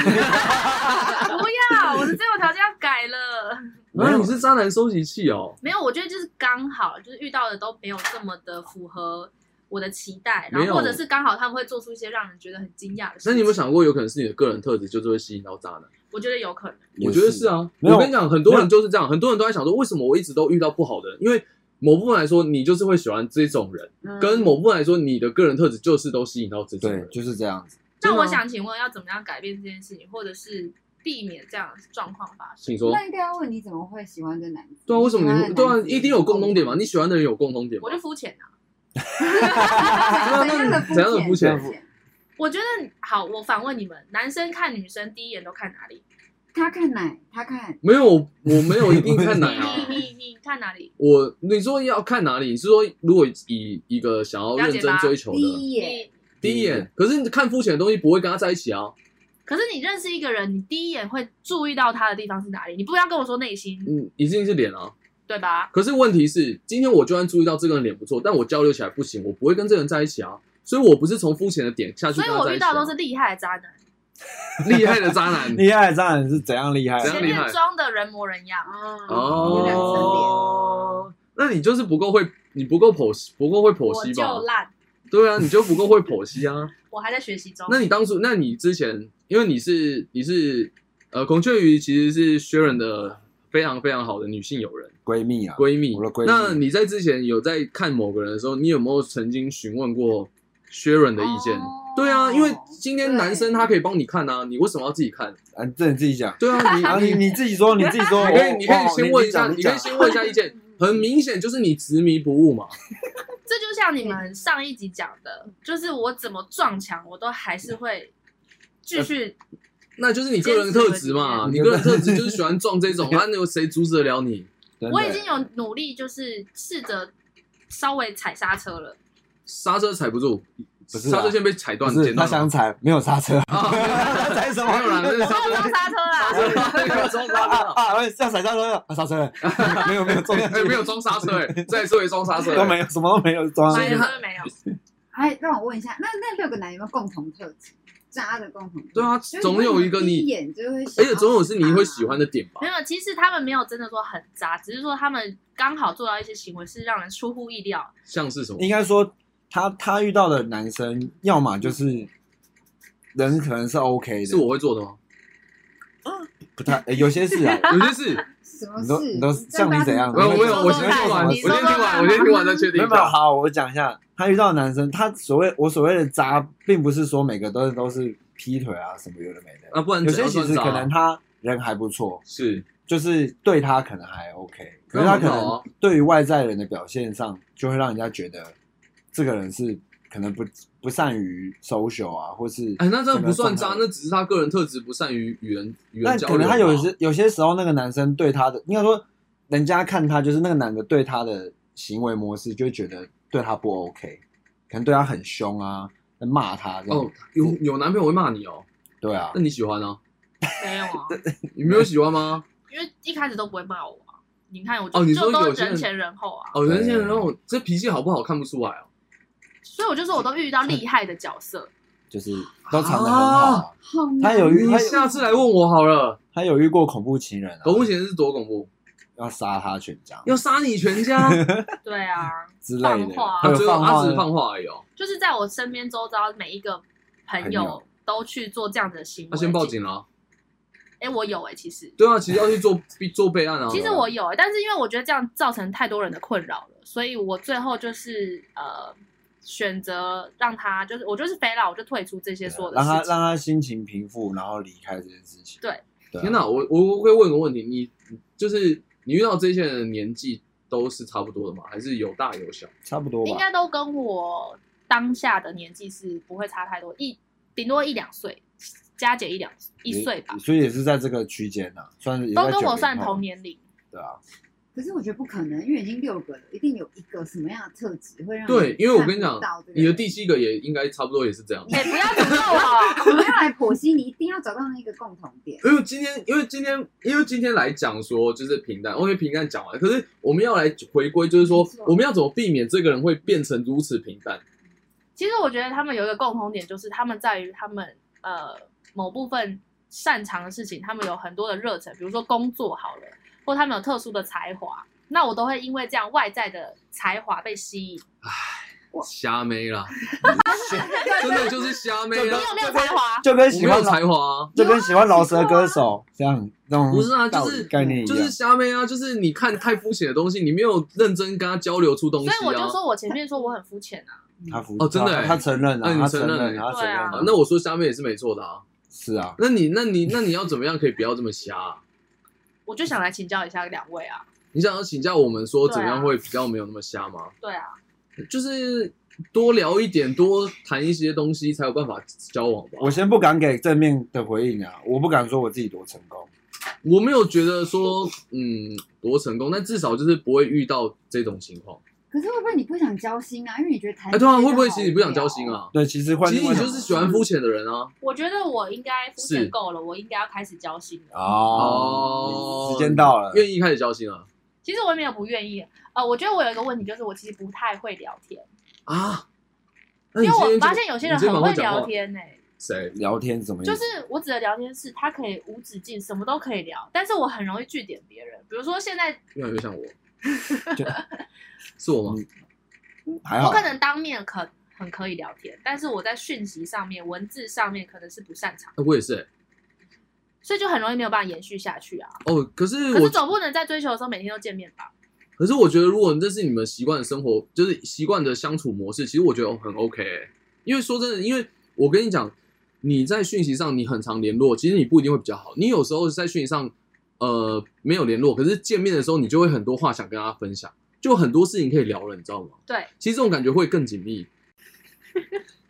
E: 要，我的这种条件要改了。
B: 没有
C: 啊，你是渣男收集器哦？
E: 没有，我觉得就是刚好，就是遇到的都没有这么的符合我的期待，
C: 没有
E: 然后或者是刚好他们会做出一些让人觉得很惊讶的事情。
C: 那你有没有？想过，有可能是你的个人特质就是会吸引到渣男？
E: 我觉得有可能。
C: 我觉得是啊，
B: 没有
C: 我跟你讲，很多
B: 没有
C: 人就是这样，很多人都在想说，为什么我一直都遇到不好的人？因为某部分来说，你就是会喜欢这种人，
F: 嗯
C: 跟某部分来说，你的个人特质就是都吸引到这种
B: 对
C: 人，。
B: 就是这样子。
E: 那我想请问，要怎么样改变这件事情，或者是避免这样的状况发生？
C: 请说，
F: 那应该要问你怎么会喜欢这男子？
C: 对啊，为什么你会
F: 喜欢
C: 对
F: 的
C: 啊
F: 男？子
C: 一定有共通点嘛？？你喜欢的人有共通点嘛
E: 我？就肤浅啊。
F: 怎样的
C: 怎样的肤浅
F: 肤？
E: 我觉得好，我反问你们，男生看女生第一眼都看哪里？
F: 他看奶，他看
C: 没有，我没有一定看
E: 你
C: 哪
E: 你
C: 啊。
E: 你你看哪里？
C: 我你说要看哪里？你是说如果以一个想要认真追求
F: 第
C: 的
F: 一眼，
E: 你
C: 第一眼，可是你看肤浅的东西不会跟他在一起啊。
E: 可是你认识一个人，你第一眼会注意到他的地方是哪里？你不要跟我说内心，
C: 嗯，一定是脸啊。
E: 对吧？
C: 可是问题是，今天我就算注意到这个人脸不错，但我交流起来不行，我不会跟这个人在一起啊。所以我不是从肤浅的点下去
E: 所以
C: 跟他
E: 我
C: 在
E: 遇
C: 一起啊、
E: 到都是厉害的渣男。
C: 厉害的渣 男。
B: 厉害的渣男是怎样厉害
C: 嗯
B: 啊
C: 怎
E: 前
C: 样厉
B: 的？
C: 害
E: 面装的人模人样，
F: 有两层
C: 哦，那你就是不够会，你不够剖析，不够会剖
E: 我
C: 析
E: 就
C: 吧？
E: 烂，
C: 对啊，你就不够会剖析 啊。
B: 哦
E: 我还在学习中。
C: 那你当初，那你之前，因为你是你是呃，孔雀鱼其实是 Sharon 的非常非常好的女性友人
B: 闺蜜啊，
C: 闺蜜
B: 我的闺。蜜
C: 那你在之前有在看某个人的时候，你有没有曾经询问过 Sharon 的意见？
E: 哦
C: 对啊，因为今天
F: 对
C: 男生他可以帮你看啊，你为什么要自己看？
B: 啊，这你自己 讲。
C: 对 啊，你
B: 然后
C: 你
B: 你你自己说，你自己说，
C: 你可以
B: 我
C: 你可
B: 我
C: 以先问一下，
B: 你
C: 你可
B: 讲
C: 以先问一下意见。很明显就是你执迷不悟嘛，
E: 这就像你们上一集讲的，就是我怎么撞墙，我都还是会继续。
C: 那就是你个人特质嘛，
B: 坚持
C: 你
B: 的
C: 个人特质就是喜欢 撞这种，啊那有谁阻止得了你？
B: 真的
E: 我已经有努力，就是试着稍微踩刹车了。
C: 刹车踩不住，
B: 不是啊
C: 刹车线被踩断，
B: 不是
C: 剪啊断
B: 他
C: 了
B: 想踩，没有刹车， 踩什
C: 没有啦，
B: 么？
C: 那是刹
E: 我
C: 车
E: 有刹车 啦，
C: 装刹
B: 啊
C: 车，
B: 啊！啊要踩刹车了，啊刹车了，没有没有，重量
C: 哎，没有装刹车，哎，再说一装刹车，
B: 都没有，什么都没有，装
E: 反正就是没有。
F: 哎，让我问一下，那那六个男有没有共同特质？渣的共同特质
C: 对啊，
F: 就是
C: 总有一个
F: 第一
C: 你，
F: 眼就会想
C: 而
F: 要他，
C: 且总有是你会喜欢的点吧
E: 没？有，其实他们没有真的说很渣，只是说他们刚好做到一些行为是让人出乎意料。
C: 像是什么？
B: 应该说他他遇到的男生，要么就是人可能是 OK 的，
C: 是我会做的吗？
B: 不太、欸有些是 啊，
C: 有些是，
F: 什么
B: 你都
F: 事？
B: 你都像你怎样
C: 没有，我有，我
E: 说
C: 先听完，我
E: 你
C: 先
E: 说说
C: 听完，
E: 看
C: 我先听完再确
B: 没
C: 定
B: 有
C: 一
B: 没有
C: 下。
B: 好，我讲一下，他遇到的男生，他所谓我所谓的渣，并不是说每个都都是劈腿啊什么有的没的，
C: 啊，不然
B: 有
C: 怎
B: 些
C: 样
B: 其
C: 算
B: 实
C: 渣
B: 可能他人还不错，
C: 是
B: 就是对他可能还 OK，可是他可
C: 那很好
B: 能
C: 啊
B: 对于外在人的表现上，就会让人家觉得这个人是可能不不善于 social 啊，或是
C: 哎，那这个不算
B: 可
C: 渣，
B: 能
C: 那只是他个人特质不善于与人与
B: 那
C: 人交
B: 可
C: 流吧。
B: 能他有些有些时候，那个男生对他的，应该说，人家看他就是那个男的对他的行为模式，就会觉得对他不 OK，可能对他很凶啊，骂他这样。
C: 哦，有有男朋友会骂你哦，
B: 对啊
C: 那，你喜欢啊？
E: 没有 啊，
C: 你没有喜欢吗？
E: 因为一开始都不会骂我啊。你看，我就、
C: 哦你说
E: 就都
C: 有些人
E: 人前人后啊，
C: 哦，人家然后这脾气好不好看不出来哦。
E: 所以我就说我都遇到厉害的角 色。
B: 就是都藏得很好、啊。他有遇
C: 你
B: 他
C: 下次来问我好了。
B: 他有遇过恐怖情人、啊，
C: 恐怖情人是多恐怖，
B: 要杀他全家
C: 要杀你 全家，
E: 对啊，
B: 之类的
E: 放话，啊
B: 还
C: 他
B: 有
C: 只有他只
B: 放
C: 是放话而已哦。
E: 就是在我身边周遭每一个朋
B: 朋友
E: 友都去做这样的行为。
C: 他先报警了啊。
E: 哎、我有哎、其实
C: 对啊，其实要去做做备案啊。
E: 其实我有、欸，但是因为我觉得这样造成太多人的困扰了，所以我最后就是呃选择让他就是我就是飞了，我就退出这些所有的
B: 啊让他
E: 事情。
B: 让他心情平复，然后离开这件事情。
E: 对
B: 对啊，
C: 天哪，我我我会问个问题，你就是你遇到这些人的年纪都是差不多的吗？还是有大有小？
B: 差不多
E: 应
B: 吧。
E: 该都跟我当下的年纪是不会差太多，一顶多一两岁，加减一两一岁吧，
B: 所以也是在这个区间呐，算是也在
E: 都跟
B: 90
E: 我算
B: 后
E: 同，年龄。
B: 对啊，
F: 可是我觉得不可能，因为已经六个了，一定有一个什么样的特质会让
C: 对
F: 你
C: 因为我
F: 看
C: 跟你
F: 不
C: 讲
F: 到这个
C: 你的
F: 人
C: 第七个也应该差不多也是这样。
E: 哎、不要诅咒我！
F: 我们要来剖析，你一定要找到那个共同点。
C: 因为今天，因为今天，因为今天来讲说就是平淡，我因为平淡讲完，可是我们要来回归，就是说
F: 没错
C: 我们要怎么避免这个人会变成如此平淡？
E: 其实我觉得他们有一个共同点，就是他们在于他们呃某部分擅长的事情，他们有很多的热忱，比如说工作好了，或他们有特殊的才华，那我都会因为这样外在的才华被吸引。
C: 瞎 妹啦，真的就是瞎妹
E: 你
C: 啦，
E: 有没有才华？
B: 就跟
C: 我
B: 喜
C: 没
B: 欢
C: 有
B: 老
C: 才华啊，
B: 就跟喜欢饶舌歌
E: 啊
B: 手这样那种
C: 不是啊，
B: 道
C: 就
B: 理
C: 是
B: 概念一
C: 就
B: 样，
C: 是瞎妹啊，就是你看太肤浅的东西，你没有认真跟他交流出东西
E: 所
C: 啊。
E: 以我就说我前面说我很肤浅啊，
B: 他服
C: 哦真的欸
B: 他承认
C: 那
B: 啊，
C: 你
B: 他
C: 承
B: 承
C: 认
B: 认
C: 欸
B: 啊，他承认
E: 对
C: 啊
E: 啊
B: 啊，
C: 那我说瞎妹也是没错的啊。
B: 是啊，
C: 那你那你那你要怎么样可以不要这么瞎啊、
E: 我就想来请教一下两位啊。
C: 你想要请教我们说怎么样
E: 对啊
C: 会比较没有那么瞎吗？
E: 对啊，
C: 就是多聊一点，多谈一些东西，才有办法交往吧。
B: 我先不敢给正面的回应啊，我不敢说我自己多成功，
C: 我没有觉得说，嗯，多成功，但至少就是不会遇到这种情况。
F: 可是会不会你不想交心啊？因为你觉得谈
C: 哎，对啊，会不会其实你不想交心？啊？
B: 对，其实换
C: 其
B: 另
C: 实
B: 外
C: 你
B: 一种
C: 就是喜欢肤浅的人啊。
E: 我觉得我应该肤
C: 是
E: 浅够了，我应该要开始交心了。
B: 哦
C: 哦，
B: 时间到了，
C: 愿意开始交心啊了
E: 其实我也没有不愿意，呃，我觉得我有一个问题，就是我其实不太会聊天，
C: 啊？那
E: 因
C: 你
E: 为
C: 今
E: 我
C: 天就
E: 发现有些人
C: 你今天
E: 很
C: 蛮会
E: 会
C: 讲话
E: 聊天呢、欸
C: 谁？
B: 聊天是什么意思？
E: 就是我指的聊天是他可以无止境，什么都可以聊，但是我很容易据点别人。比如说现在
C: 越来 越像我
B: 就是
C: 我
B: 嗯
C: 吗？啊
B: 还
E: 我
B: 好
E: 可，能当面可很可以聊天，但是我在讯息上面、文字上面可能是不擅长，
C: 哎我也是哎。
E: 所以就很容易没有办法延续下去啊。
C: 哦，可是
E: 可
C: 我
E: 是总不能在追求的时候每天都见面吧？
C: 可是我觉得，如果这是你们习惯的生活，就是习惯的相处模式，其实我觉得很 OK、欸。因为说真的，因为我跟你讲，你在讯息上你很常联络，其实你不一定会比较好。你有时候在讯息上，呃，没有联络，可是见面的时候，你就会很多话想跟大家分享，就很多事情可以聊了，你知道吗？
E: 对，
C: 其实这种感觉会更紧密。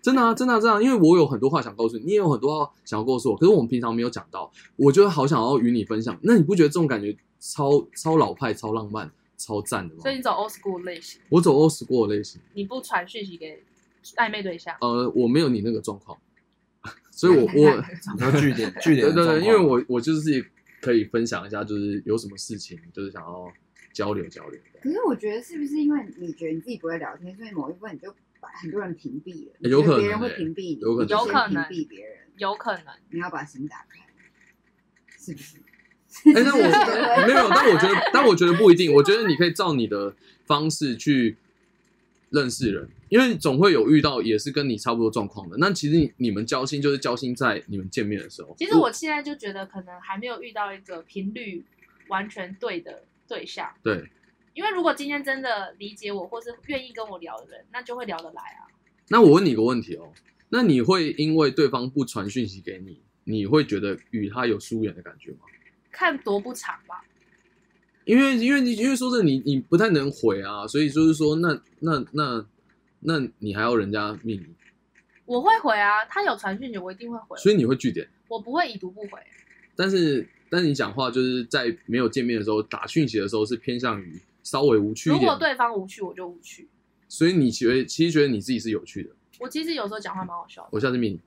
C: 真的啊，真的、啊、真的、啊，因为我有很多话想告诉你，你也有很多话想要告诉我，可是我们平常没有讲到，我就好想要与你分享。那你不觉得这种感觉超超老派、超浪漫、超赞的吗？
E: 所以你走 old school 类型，
C: 我走 old school 的类型，
E: 你不传讯息给暧昧对象，
C: 呃，我没有你那个状况， 所以我 我
B: 你说据 点据点的
C: 对对
B: 状况，
C: 对，因为我我就是可以分享一下，就是有什么事情，就是想要交流交流。
F: 可是我觉得是不是因为你觉得你自己不会聊天，所以某一部分你就把很多人屏蔽了？你
C: 有
F: 觉得
C: 可能
F: 别人会
C: 欸
F: 屏蔽你，
C: 有可
F: 你就先
E: 能有可能
F: 屏蔽别人，
E: 有可能。
F: 你要把心打开，是不是？
C: 哎、 但我没有，但我觉得，但我觉得不一定。我觉得你可以照你的方式去认识人，因为总会有遇到也是跟你差不多状况的。那其实你你们交心就是交心在你们见面的时候。
E: 其实我现在就觉得，可能还没有遇到一个频率完全对的对象。
C: 对，
E: 因为如果今天真的理解我，或是愿意跟我聊的人，那就会聊得来啊。
C: 那我问你一个问题哦，那你会因为对方不传讯息给你，你会觉得与他有疏远的感觉吗？
E: 看多不长吧，
C: 因为因为你因为说这你你不太能回啊，所以就是说那那那那你还要人家命你，
E: 我会回啊。他有传讯息，我一定会回，
C: 所以你会据点。
E: 我不会已读不回。
C: 但是但你讲话就是在没有见面的时候打讯息的时候是偏向于稍微无趣一
E: 如
C: 点，
E: 果对方无趣，我就无趣。
C: 所以你觉得其实觉得你自己是有趣的。
E: 我其实有时候讲话蛮好笑的，
C: 我下次命你，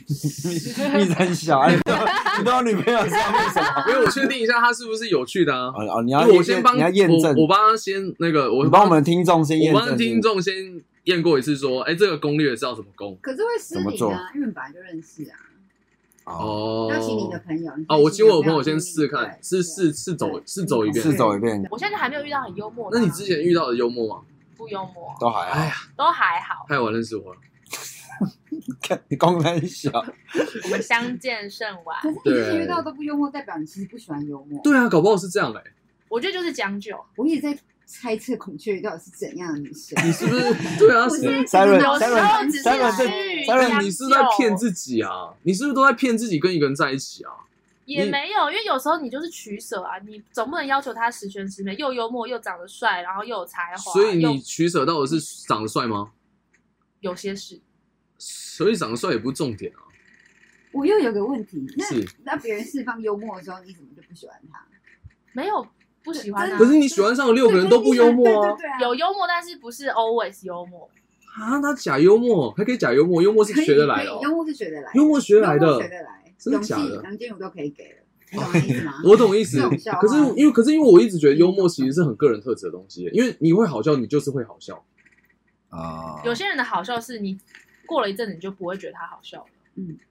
B: 你你很小，哎你都你都有女朋友是要为什 么？
C: 因为我确定一下他是不是有趣的啊。
B: 哦哦，你要
C: 我
B: 验
C: 先帮
B: 你要验证，
C: 我我帮他先那个，我
B: 你帮我们听众先验
C: 我
B: 证，
C: 帮听众先验过一次，说，哎，这个攻略是要怎么攻？
F: 可是会失
B: 怎么
F: 礼
B: 做
F: 啊，因为你本来就认识啊，
B: 哦，
C: 哦，
F: 要请你的朋友。你
C: 哦，
F: 先
C: 我
F: 请
C: 请
F: 你
C: 我
F: 的
C: 的朋友
F: 请
C: 先
F: 你
C: 试试看，
F: 对
C: 是是是走
F: 对
C: 是走一遍。
B: 是走一遍
E: 我现在还没有遇到很幽默的
C: 那
E: 啊。
C: 你之前遇到的幽默吗？
E: 不幽默，
B: 都还好
C: 哎，
E: 都还好。
C: 太晚认识我了，
B: 看你功很小，
E: 我们相见甚晚，
F: 可是你之前遇到都不幽默，代表你其实不喜欢幽默。
C: 对啊，搞不好是这样哎，
E: 我觉得就是将就。
F: 我一直在猜测孔雀到底是怎样的女生。
C: 你是不 是？对啊，
F: 我现在
C: 是
F: 觉得
B: Siren，
F: 脑
E: 有
F: 子
E: 时
B: Siren，
E: 候
F: 很
E: 只是
F: 脏
B: Siren，
E: 去
B: 当然
E: 将
C: 你是在骗
E: 就
C: 自己啊！你是不是都在骗自己跟一个人在一起啊？
E: 也
B: 你
E: 没有，因为有时候你就是取舍啊，你总不能要求他十全十美，又幽默又长得帅，然后又有才华，
C: 所以
E: 又
C: 你取舍到的是长得帅吗？
E: 有些事
C: 所以长得帅也不是重点啊，
F: 我又有个问题，那啊
C: 是
F: 那别人释放幽默的时候，你怎么就不喜欢他？
E: 没有不喜欢啊
C: 可，是你喜欢上的六个人都不幽默啊
F: 对对对对
E: 有幽默，但是不是 always 幽默，
C: 啊！他假幽默，还可以假幽默，幽默是
F: 可以
C: 学得来的
F: 可
C: 哦
F: 以，幽默是学得来的，
C: 幽默学来
F: 幽默
C: 的
F: 学。得来，
C: 真的
F: 勇气
C: 假的
F: 梁静茹都可以 给了，你懂我意思吗？
C: 我懂意思
F: 这种笑，话
C: 可是因为可是因为我一直觉得幽默其实是很个人特质的东西，因为你会好笑，你就是会好笑。
B: 啊，
E: 有些人的好笑是你过了一阵子你就不会觉得他好笑了，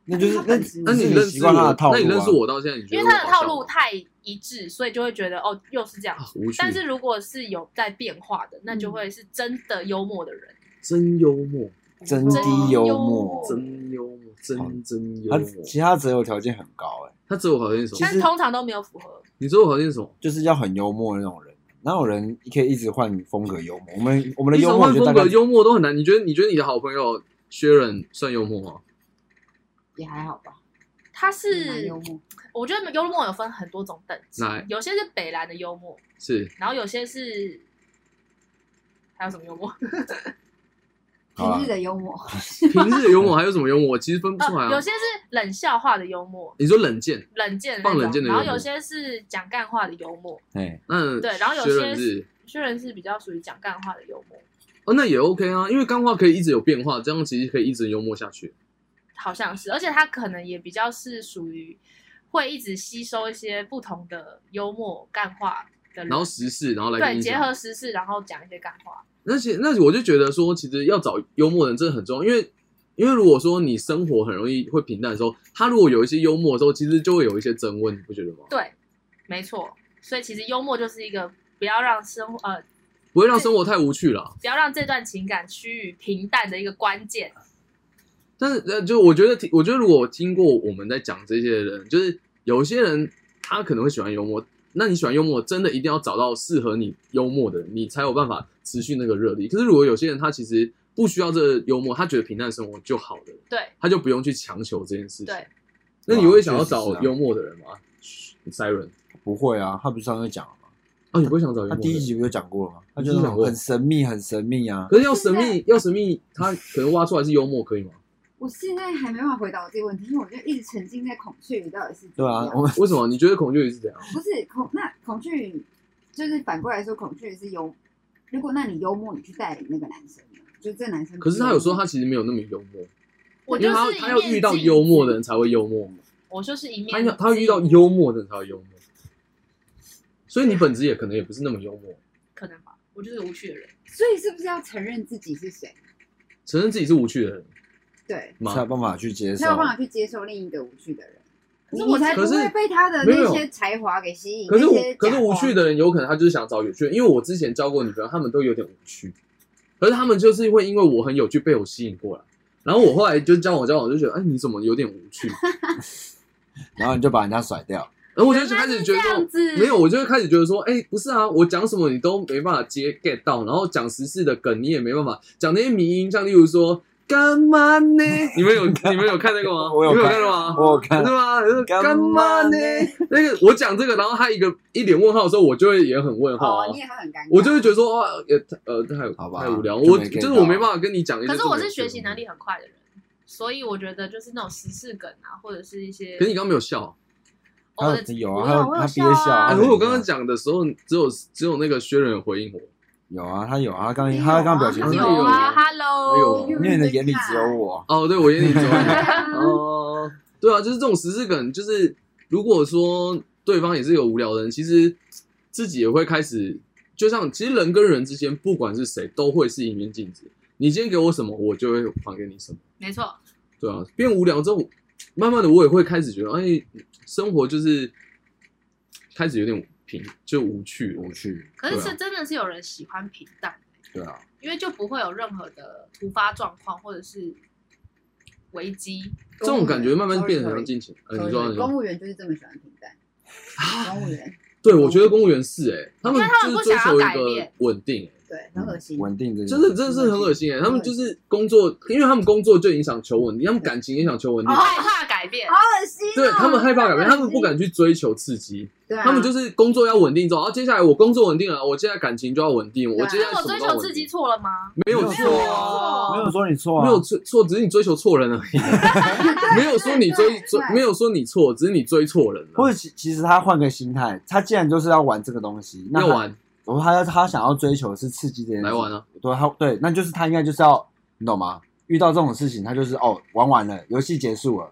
B: 那就是
F: 他
B: 那
F: 本质
B: 那
C: 那你
B: 是
C: 认
B: 习
C: 识
B: 惯他的
C: 我，
B: 套路、啊，
C: 那你认识我到现在，你觉
E: 因
C: 得
E: 为
C: 我
E: 他的
C: 好笑
E: 套路
C: 吗
E: 太一致，所以就会觉得哦又是这样
C: 啊。嗯无趣，
E: 但是如果是有在变化的，那就会是真的幽默的人，
C: 真幽默，
B: 真
E: 真
B: 低幽
E: 幽
B: 默
F: 哦
E: 默，
C: 真幽默，真真幽
B: 他
C: 默。
B: 其他择偶条件很高哎、
C: 他择偶条件是什
E: 但
C: 么？
E: 是通常都没有符合。
C: 你择偶条件是什么？
B: 就是要很幽默的那种人，哪有人可以一直换风格幽默？我们我们的
C: 你
B: 幽
C: 想
B: 默
C: 换
B: 就大概
C: 风格幽默都很难。你觉得你觉得你的好朋友薛仁算幽默吗？
F: 也还好吧，
E: 他
F: 蛮
E: 是
F: 幽默。
E: 我觉得幽默有分很多种等级
C: 哪，
E: 有些是北兰的幽默，
C: 是
E: 然后有些是还有什么幽默？
B: 好啦
C: 啊
F: 平日的幽默，
C: 平日的幽默，还有什么幽默？我其实分不出来
E: 呃，
C: 啊
E: 有。些是冷笑话的幽默，
C: 你说冷箭，
E: 冷箭的
C: 放
E: 那
C: 冷箭
E: 种，
C: 的
E: 然后
C: 幽默
E: 有些是讲干话的幽默，
B: 哎，
C: 那
E: 对然后有
C: 薛
E: 些
C: 仁是
E: 虽然是比较属于讲干话的幽默，
C: 哦，那也 OK 啊，因为干话可以一直有变化，这样其实可以一直幽默下去。
E: 好像是，而且他可能也比较是属于会一直吸收一些不同的幽默干话的人，
C: 然后时事，然后来
E: 嗯
C: 跟
E: 对
C: 你
E: 结
C: 讲。
E: 合时事，然后讲一些干话。
C: 那些那我就觉得说，其实要找幽默的人真的很重要，因为因为如果说你生活很容易会平淡的时候，他如果有一些幽默的时候，其实就会有一些增温，你不觉得吗？
E: 对，没错，所以其实幽默就是一个不要让生活呃
C: 不会让生活太无趣了。
E: 不要让这段情感趋于平淡的一个关键。
C: 但是呃，就我觉得听，我觉得如果听过我们在讲这些的人，就是有些人他可能会喜欢幽默，那你喜欢幽默，真的一定要找到适合你幽默的人，你才有办法持续那个热力。可是如果有些人他其实不需要这个幽默，他觉得平淡生活就好了，
E: 对
C: 他就不用去强求这件事情。
E: 对，
C: 那你会想要
B: 哇确实是
C: 找
B: 啊
C: 幽默的人吗、s i r e n
B: 不会啊，他不是上次讲了吗？
C: 啊，你不会想找幽默
B: 他
C: 的人？
B: 第一集不就讲过了吗？他就
C: 你
B: 是
C: 是讲过
B: 很神秘，很神秘啊。
C: 可是要神秘，要神秘，他可能挖出来是幽默，可以吗？
F: 我现在还没办法回答我这个问题，因为我就一直沉浸在孔雀鱼到底是怎
B: 对
F: 么
B: 啊
F: 样，
B: 我们
C: 为什么？你觉得孔雀鱼是怎样？
F: 不是孔那孔雀鱼就是反过来说，孔雀鱼是幽。如果那你幽默，你去带领那个男生呢，就这男生。
C: 可是他有说他其实没有那么幽默，
E: 我
C: 因
E: 就
C: 为他
E: 是
C: 他
E: 一
C: 要
E: 面
C: 遇到
E: 镜
C: 幽默
E: 子
C: 的，人才会幽默嘛。
E: 我就是一面
C: 他要他要遇到
E: 镜
C: 幽默的人才会幽默，所以你本质也可能也不是那么幽默，
E: 可能吧，我就是个无趣的人。
F: 所以是不是要承认自己是谁？
C: 承认自己是无趣的人
F: 对，
B: 才有
C: 吗？
B: 办法去接受
F: 才有办法去接受另一个无趣的人。
E: 可是
F: 你
E: 我
F: 才不
C: 可
F: 会
C: 是
F: 被他的
C: 没有
F: 那些才华给吸引。
C: 可是
F: 那
C: 我
F: 些
C: 可是
F: 假
C: 无
F: 话
C: 趣的人有可能他就是想找有趣的，因为我之前交过女朋友，他们都有点无趣，可是他们就是会因为我很有趣被我吸引过来，然后我后来就交往交往我就觉得，哎，你怎么有点无趣？
B: 然后你就把人家甩掉。
C: 然后我就
E: 原来
C: 开始
E: 是
C: 觉
E: 这
C: 得
E: 样子
C: 没有，我就会开始觉得说，哎、不是啊，我讲什么你都没办法接 get 到，然后讲时事的梗你也没办法讲那些迷音，像例如说干嘛呢？ 你们有你们有看那个 吗？
B: 我有
C: 你们有
B: 看
C: 看吗？
B: 我有看
C: 对吗？
B: 干
C: 干
B: 嘛
C: 嘛
B: 呢
C: 呢？那个我讲这个，然后他一个一脸问号的时候，我就会也很问号啊
F: 哦，，你也会很尴尬。
C: 我就会觉得说，哦，呃呃，太
B: 好吧
C: 太无聊，
B: 就没
C: 我
B: get
C: 就是
B: 到啊
C: 我没办法跟你讲一些。
E: 可是我是学习能，力很快的人，所以我觉得就是那种时事梗啊，或者是一些
C: 可是你刚刚没有笑。
E: 哦我
B: 他
E: 的
B: 有
E: 我
B: 啊，他有
E: 我
B: 他憋
E: 笑
B: 笑啊。他
C: 哎，如
B: 有
C: 果我刚刚讲的时候，只有只有那个薛仁有回应我，
B: 有啊，他有啊，他刚
F: 有啊
B: 他刚表情
C: 他
B: 是
E: 有
C: 有
E: 啊
C: 啊
E: ，Hello，
C: 哎呦
B: 因为你的眼里只有我。
C: 哦，对，我眼里只有 你。
F: 啊
C: 哦，对啊，就是这种时事梗，就是如果说对方也是个无聊的人，其实自己也会开始，就像其实人跟人之间，不管是谁，都会是一面镜子。你今天给我什么，我就会还给你什么。
E: 没错，
C: 对啊，变无聊之后，慢慢的我也会开始觉得，哎，生活就是开始有点平，就无趣了
B: 无。趣，嗯
E: 可是
C: 对啊
E: 是真的是有人喜欢平淡，欸
B: 对啊，
E: 因为就不会有任何的突发状况或者是危 机。
C: 这种感觉慢慢变得
F: Sorry，
C: 像近情。呃，
F: 公务员
C: 你说，你啊
F: 公
C: 说，
F: 务员就是这么喜欢平淡。公务员，
C: 对我觉得公务员是哎、他们
E: 因为他们
C: 就
E: 不
C: 是追
E: 想要
C: 求一
E: 改
C: 个
E: 变
C: 稳定、哎
F: 对，很恶心。
B: 稳定的，
C: 真的真的是很恶心哎！他们就是工作，因为他们工作就影响求稳定，他们感情影响求稳定，
E: 害怕改变
F: 好，恶心哦！
C: 对他们害怕改变，他们不敢去追求刺激，
F: 对啊，
C: 他们就是工作要稳定之后，啊，接下来我工作稳定了，我现在感情就要稳定，我接
E: 那
C: 下来
E: 我
C: 什么
E: 追
C: 都要
E: 求
C: 稳
E: 刺激
C: 定，
E: 错了吗？
C: 没有
B: 没有
C: 错啊，
E: 错
B: 没有说你错啊，
C: 没有错错，只是你追求错人而已，没有说你追追，没有说你错，只是你追错人
B: 或
C: 了，
B: 者其其实他换个心态，他既然就是要玩这个东西，那
C: 要
B: 他，
C: 玩
B: 我说他要他想要追求的是刺激这件事，
C: 来玩啊，
B: 对，他对，那就是他应该就是要，你懂吗？遇到这种事情，他就是哦，玩完了，游戏结束了，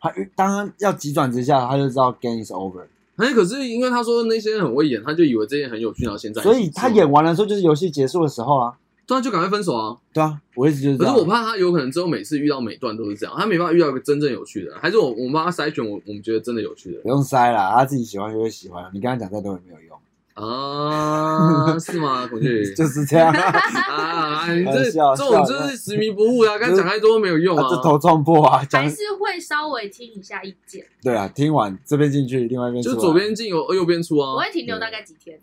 B: 他遇当要急转直下，他就知道 game is over，
C: 哎，可是因为他说那些人很会演，他就以为这些很有趣，然后现在
B: 所以他演完的时候就是游戏结束的时候啊，
C: 对啊，就赶快分手啊，
B: 对啊，我一直就是这
C: 可是
B: 样，
C: 我怕他有可能之后每次遇到每段都是这样，他没办法遇到一个真正有趣的人，还是我我们帮他筛选我我们觉得真的有趣的
B: 不
C: 人
B: 用塞啦，他自己喜欢就会喜欢，你跟他讲再多也没有用，
C: 啊？是吗？孔雀
B: 就是这样，
C: 啊，你这
B: 开玩笑
C: 这种就是执迷不悟的、啊，跟他讲太多没有 用
B: 他就
C: 啊。
B: 头撞破啊，讲
E: 还是会稍微听一下意见，
B: 对啊，听完这边进去，另外一边
C: 就
B: 出来
C: 左边进有右边出
E: 我
C: 啊
E: 会，停留大概几天。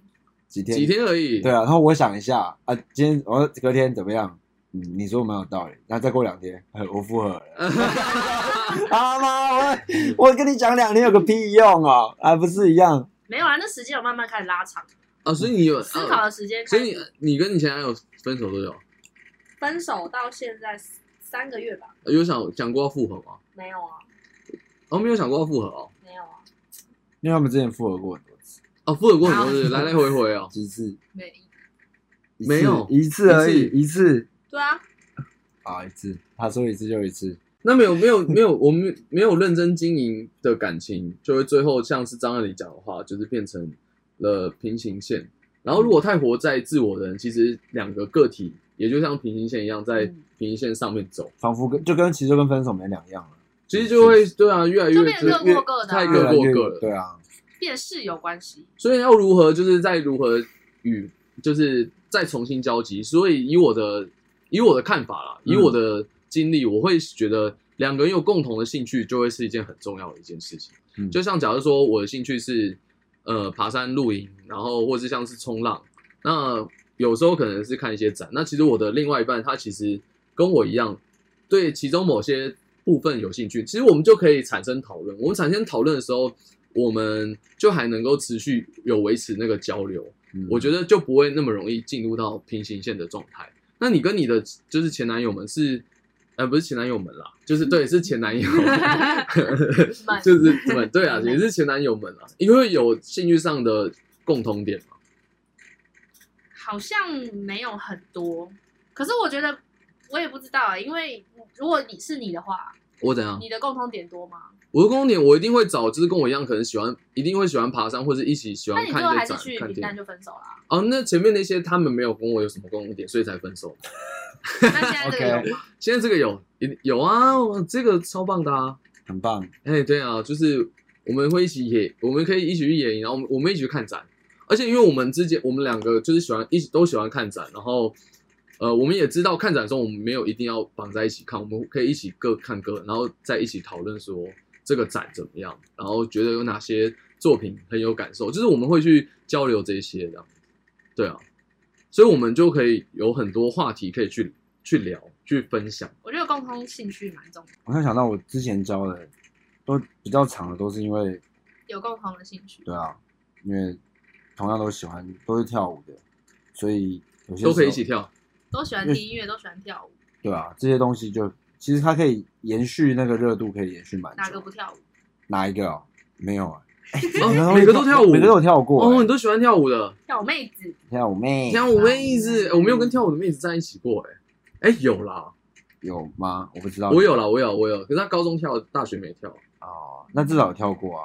B: 几天
C: 几天而已。
B: 对啊，然后我想一下啊，今天我隔天怎么样？嗯，你说蛮有道理。那再过两天，哎我复合 了。啊妈，我我跟你讲两天有个屁用哦，还不是一样？
E: 没有啊，那时间有慢慢开始拉长，
C: 啊，所以你有
E: 思考
C: 啊，
E: 的时间
C: 所
E: 开
C: 以你
E: 始。
C: 你跟你前男友分手多久？
E: 分手到现在三个月吧？
C: 有想想过要复合吗？
E: 没有啊，
C: 哦，没有想过要复合哦。
E: 没有啊，
B: 因为他们之前复合过很多次，
C: 哦，复合过很多次，来来回回哦。
B: 几次？
E: 没有。
B: 一次
C: 没有
B: 一次而已，一次
E: 对啊，
B: 啊，一次。他说一次就一次，
C: 那没有没有没有，我们没有认真经营的感情，就会最后像是张爱玲讲的话，就是变成了平行线。然后如果太活在自我的人，其实两个个体也就像平行线一样，在
F: 嗯
C: 平行线上面走，
B: 仿佛跟就跟其实就跟分手没两样了，啊
C: 其实就会对啊，越来越
E: 就变成各
C: 越
E: 过各的啊
C: 太
B: 越
C: 各
B: 来
C: 过
B: 嗯越
C: 各了。
B: 对啊，
E: 变室友关系。
C: 所以要如何就是再如何与就是再重新交集。所以以我的以我的看法啦，以我的经历，我会觉得两个人有共同的兴趣，就会是一件很重要的一件事情。
B: 嗯
C: 就像假如说我的兴趣是呃爬山、露营，然后或是像是冲浪，那有时候可能是看一些展。那其实我的另外一半他其实跟我一样，对其中某些部分有兴趣，其实我们就可以产生讨论。我们产生讨论的时候，我们就还能够持续有维持那个交流，
B: 嗯
C: 我觉得就不会那么容易进入到平行线的状态。那你跟你的就是前男友们是，呃，不是前男友们啦，就是对，是前男友， 就是们对啊，也是前男友们啦，因为有兴趣上的共同点嘛。
E: 好像没有很多，可是我觉得我也不知道啊、因为如果你是你的话，
C: 我怎样？
E: 你的共通点多吗？
C: 我的共同点，我一定会找，就是跟我一样，可能喜欢，一定会喜欢爬山，或者一起喜
E: 那
C: 欢
E: 你
C: 看
E: 最后还
C: 一
E: 是
C: 些
E: 去
C: 展、看
E: 平
C: 电
E: 淡
C: 影。
E: 就分手 啦？
C: 哦，那前面那些他们没有跟我有什么共同点，所以才分手。
E: 那现在这个
B: OK
E: 有吗？
C: 现在这个有一有啊，我这个超棒的啊！
B: 很棒。
C: 哎、对啊，就是我们会一起野，我们可以一起去野营，然后我们我们一起去看展。而且因为我们之间，我们两个就是喜欢一起都喜欢看展，然后呃，我们也知道看展的时候，我们没有一定要绑在一起看，我们可以一起各看各，然后再一起讨论说这个展怎么样，然后觉得有哪些作品很有感受，就是我们会去交流这些这样。对啊，所以我们就可以有很多话题可以去去聊、去分享。
E: 我觉得共通兴趣蛮重要，
B: 我才想到我之前教的都比较长的，都是因为
E: 有共同的兴趣。
B: 对啊，因为同样都喜欢都是跳舞的，所以有些
C: 都可以一
B: 时
C: 起
B: 候
C: 跳。
E: 都喜欢听音乐，都喜欢跳 舞，
B: 对啊，这些东西就其实它可以延续那个热度，可以延续蛮久。
E: 哪个不跳舞？
B: 哪一个哦？没有 啊，
C: 哦，每个都跳舞，
B: 每个都有跳过、
C: 哦，
B: 欸
C: 你都喜欢跳舞的，
E: 跳妹子，
B: 跳舞妹
C: 跳舞妹子，我没有跟跳舞的妹子在一起过，哎，哎，有啦，
B: 有吗？我不知道，
C: 我有啦，我有，我有，可是她高中跳，大学没跳，
B: 哦，那至少有跳过啊，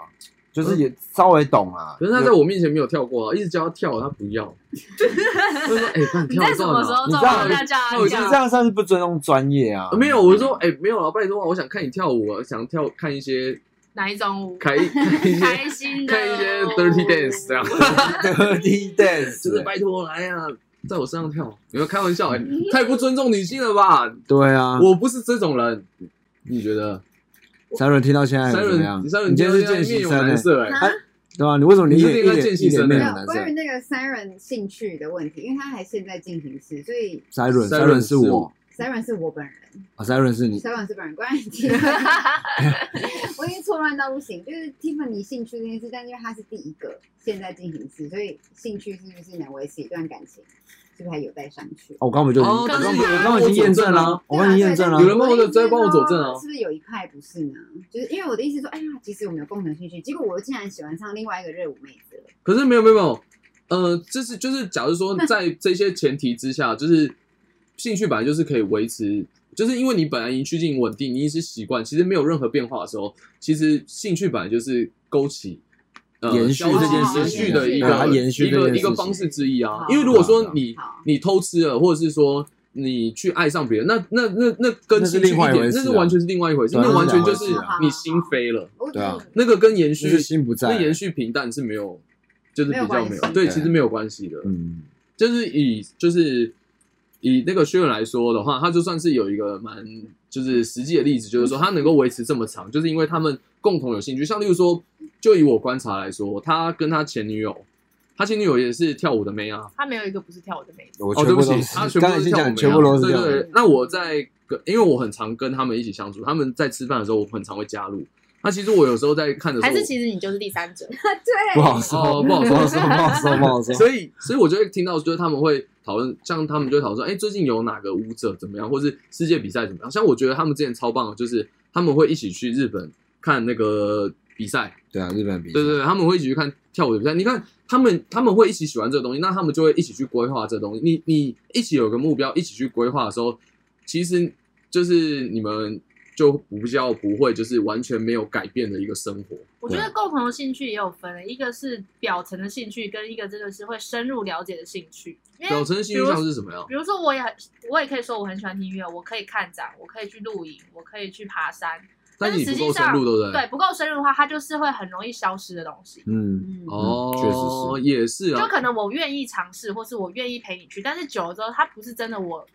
B: 就是也稍微懂啊。
C: 嗯可是她在
B: 有
C: 我面前没有跳过啊，一直叫她跳，她不 要，我就说，哎，不然
E: 你
C: 跳
E: 在
C: 一
E: 什
C: 段
E: 么时
C: 啊
E: 候
B: 你
E: 做
B: 知道
E: 到大家
C: 跳舞
B: 其
C: 就
B: 实
C: 是
B: 这样算是不尊重专业啊。
C: 没有，我就说，哎，没有啦，拜托啊，我想看你跳舞啊，想跳看一些
E: 哪一种舞？
C: 开看一些
E: 开心的舞，哦
C: 看一些 dirty dance 这样，
B: dirty dance，
C: 就是拜托来呀、在我身上跳，你们开玩笑哎、太不尊重女性了吧？
B: 对啊。
C: 我不是这种人，你觉得？
B: 三轮听到现在
C: 三
B: 怎么
C: 轮，
B: 样？
C: 三轮，
B: 你今天是见习
C: 面有
B: 生欸
C: 蓝色哎、
B: 啊对啊，你为什么你一
C: 你是
B: 脸一
C: 恋爱
B: 脸
C: 见习
B: 一脸
C: 生
B: 没
C: 啊
F: 没
B: 有
F: 有
B: 男
F: 关于
B: 生
F: 那个 Siren 兴趣的问题，因为他还现在进行式，所以
B: ？Siren
C: Siren
B: Siren
C: 是
B: 是
C: 我
B: 我
F: Siren 是我本人
B: 啊，Siren 是你
F: ，Siren 是本人，关 于 t 我已经错乱到不行。就是 Tiffany 兴趣这件事，但因为他是第一个现在进行式，所以兴趣是不是能维持一段感情，是不是还有待商榷？
B: 哦，我刚刚不就已经
C: 哦
B: 我刚
E: 但
B: 刚
E: 是
B: 不我刚刚已经验证了，我刚刚已经验证了
C: 啊有。人帮我在在帮我佐证啊
F: 是不是有一派不是呢？就是因为我的意思说，哎呀，其实我们有共同兴趣，结果我又竟然喜欢上另外一个热舞妹子了。
C: 可是没有没有没有，呃，就是就是，假如 说在这些前提之下，就是兴趣本来就是可以维持，就是因为你本来已经趋近稳定，你已经是习惯，其实没有任何变化的时候，其实兴趣本来就是勾起。呃，
B: 延续
C: 消
F: 这件
C: 延
F: 事情
C: 续的一
F: 对
C: 个
F: 它
B: 延续
C: 一
B: 这件
C: 个
B: 事
C: 一
B: 情
C: 个方式之一啊
F: 好。
C: 因为如果说你
F: 好
C: 你偷吃了，或者是说你去爱上别人，那那那那跟
B: 那是
C: 兴趣一
B: 另外一
C: 点
B: 回，事
C: 那
B: 啊
C: 是完全是另外一回事，
B: 对
C: 那
B: 那是
C: 完全
B: 两
C: 就
B: 回
C: 是
B: 事啊
C: 你心飞了。
F: 我
B: 对啊
C: 那个跟延续
B: 就是心不在
C: 那延续平淡是没有，就是比较
F: 没
C: 没
F: 有
C: 有
F: 关系
C: 对，
B: 对
C: 其实没有关系的。
B: 嗯，
C: 就是以就是以那个薛仁来说的话，他就算是有一个蛮就是实际的例子，就是说他能够维持这么长，就是因为他们共同有兴趣。像例如说，就以我观察来说，他跟他前女友，他前女友也是跳舞的妹啊。
E: 他没有一个不是跳舞的妹子，
B: 我
C: 哦，
B: 全
C: 对不
B: 部
C: 起
B: 都，
C: 他
B: 是
C: 全部
B: 刚才
C: 都是
B: 先
C: 跳
B: 讲
C: 舞妹
B: 全
C: 啊
B: 部都是
C: 对
B: 这样
C: 对
B: 的。
C: 对。那我在跟，因为我很常跟他们一起相处，他们在吃饭的时候，我很常会加入。那其实我有时候在看的时候，
G: 还是其实你就是第三者，
B: 不好
C: 哦
B: 说，
C: 不好说
B: 不好说，不好说，不好说。
C: 所以，所以我就会听到，就是他们会讨论，像他们就会讨论说，哎、最近有哪个舞者怎么样，或是世界比赛怎么样？像我觉得他们之前超棒的，就是他们会一起去日本看那个比赛，
B: 对啊，日本比赛
C: 对对对，他们会一起去看跳舞的比赛。你看他们，他们会一起喜欢这个东西，那他们就会一起去规划这个东西。你你一起有个目标，一起去规划的时候，其实就是你们就比较不会就是完全没有改变的一个生活。
E: 我觉得共同的兴趣也有分，一个是表层的兴趣，跟一个真的是会深入了解的兴趣。因
C: 表
E: 为
C: 层心像是什么呀？
E: 比如说，我也很，我也可以说我很喜欢听音乐，我可以看展，我可以去露营，我可以去爬山，
C: 但是你
E: 实
C: 不
E: 际
C: 够深
E: 上
C: 入，对不对？
E: 对，不够深入的话，它就是会很容易消失的东西。
B: 嗯，
F: 嗯，
C: 哦，
B: 确实
C: 也是
E: 就
C: 啊。
E: 可能我愿意尝试，或是我愿意陪你去，但是久了之后，它不是真的我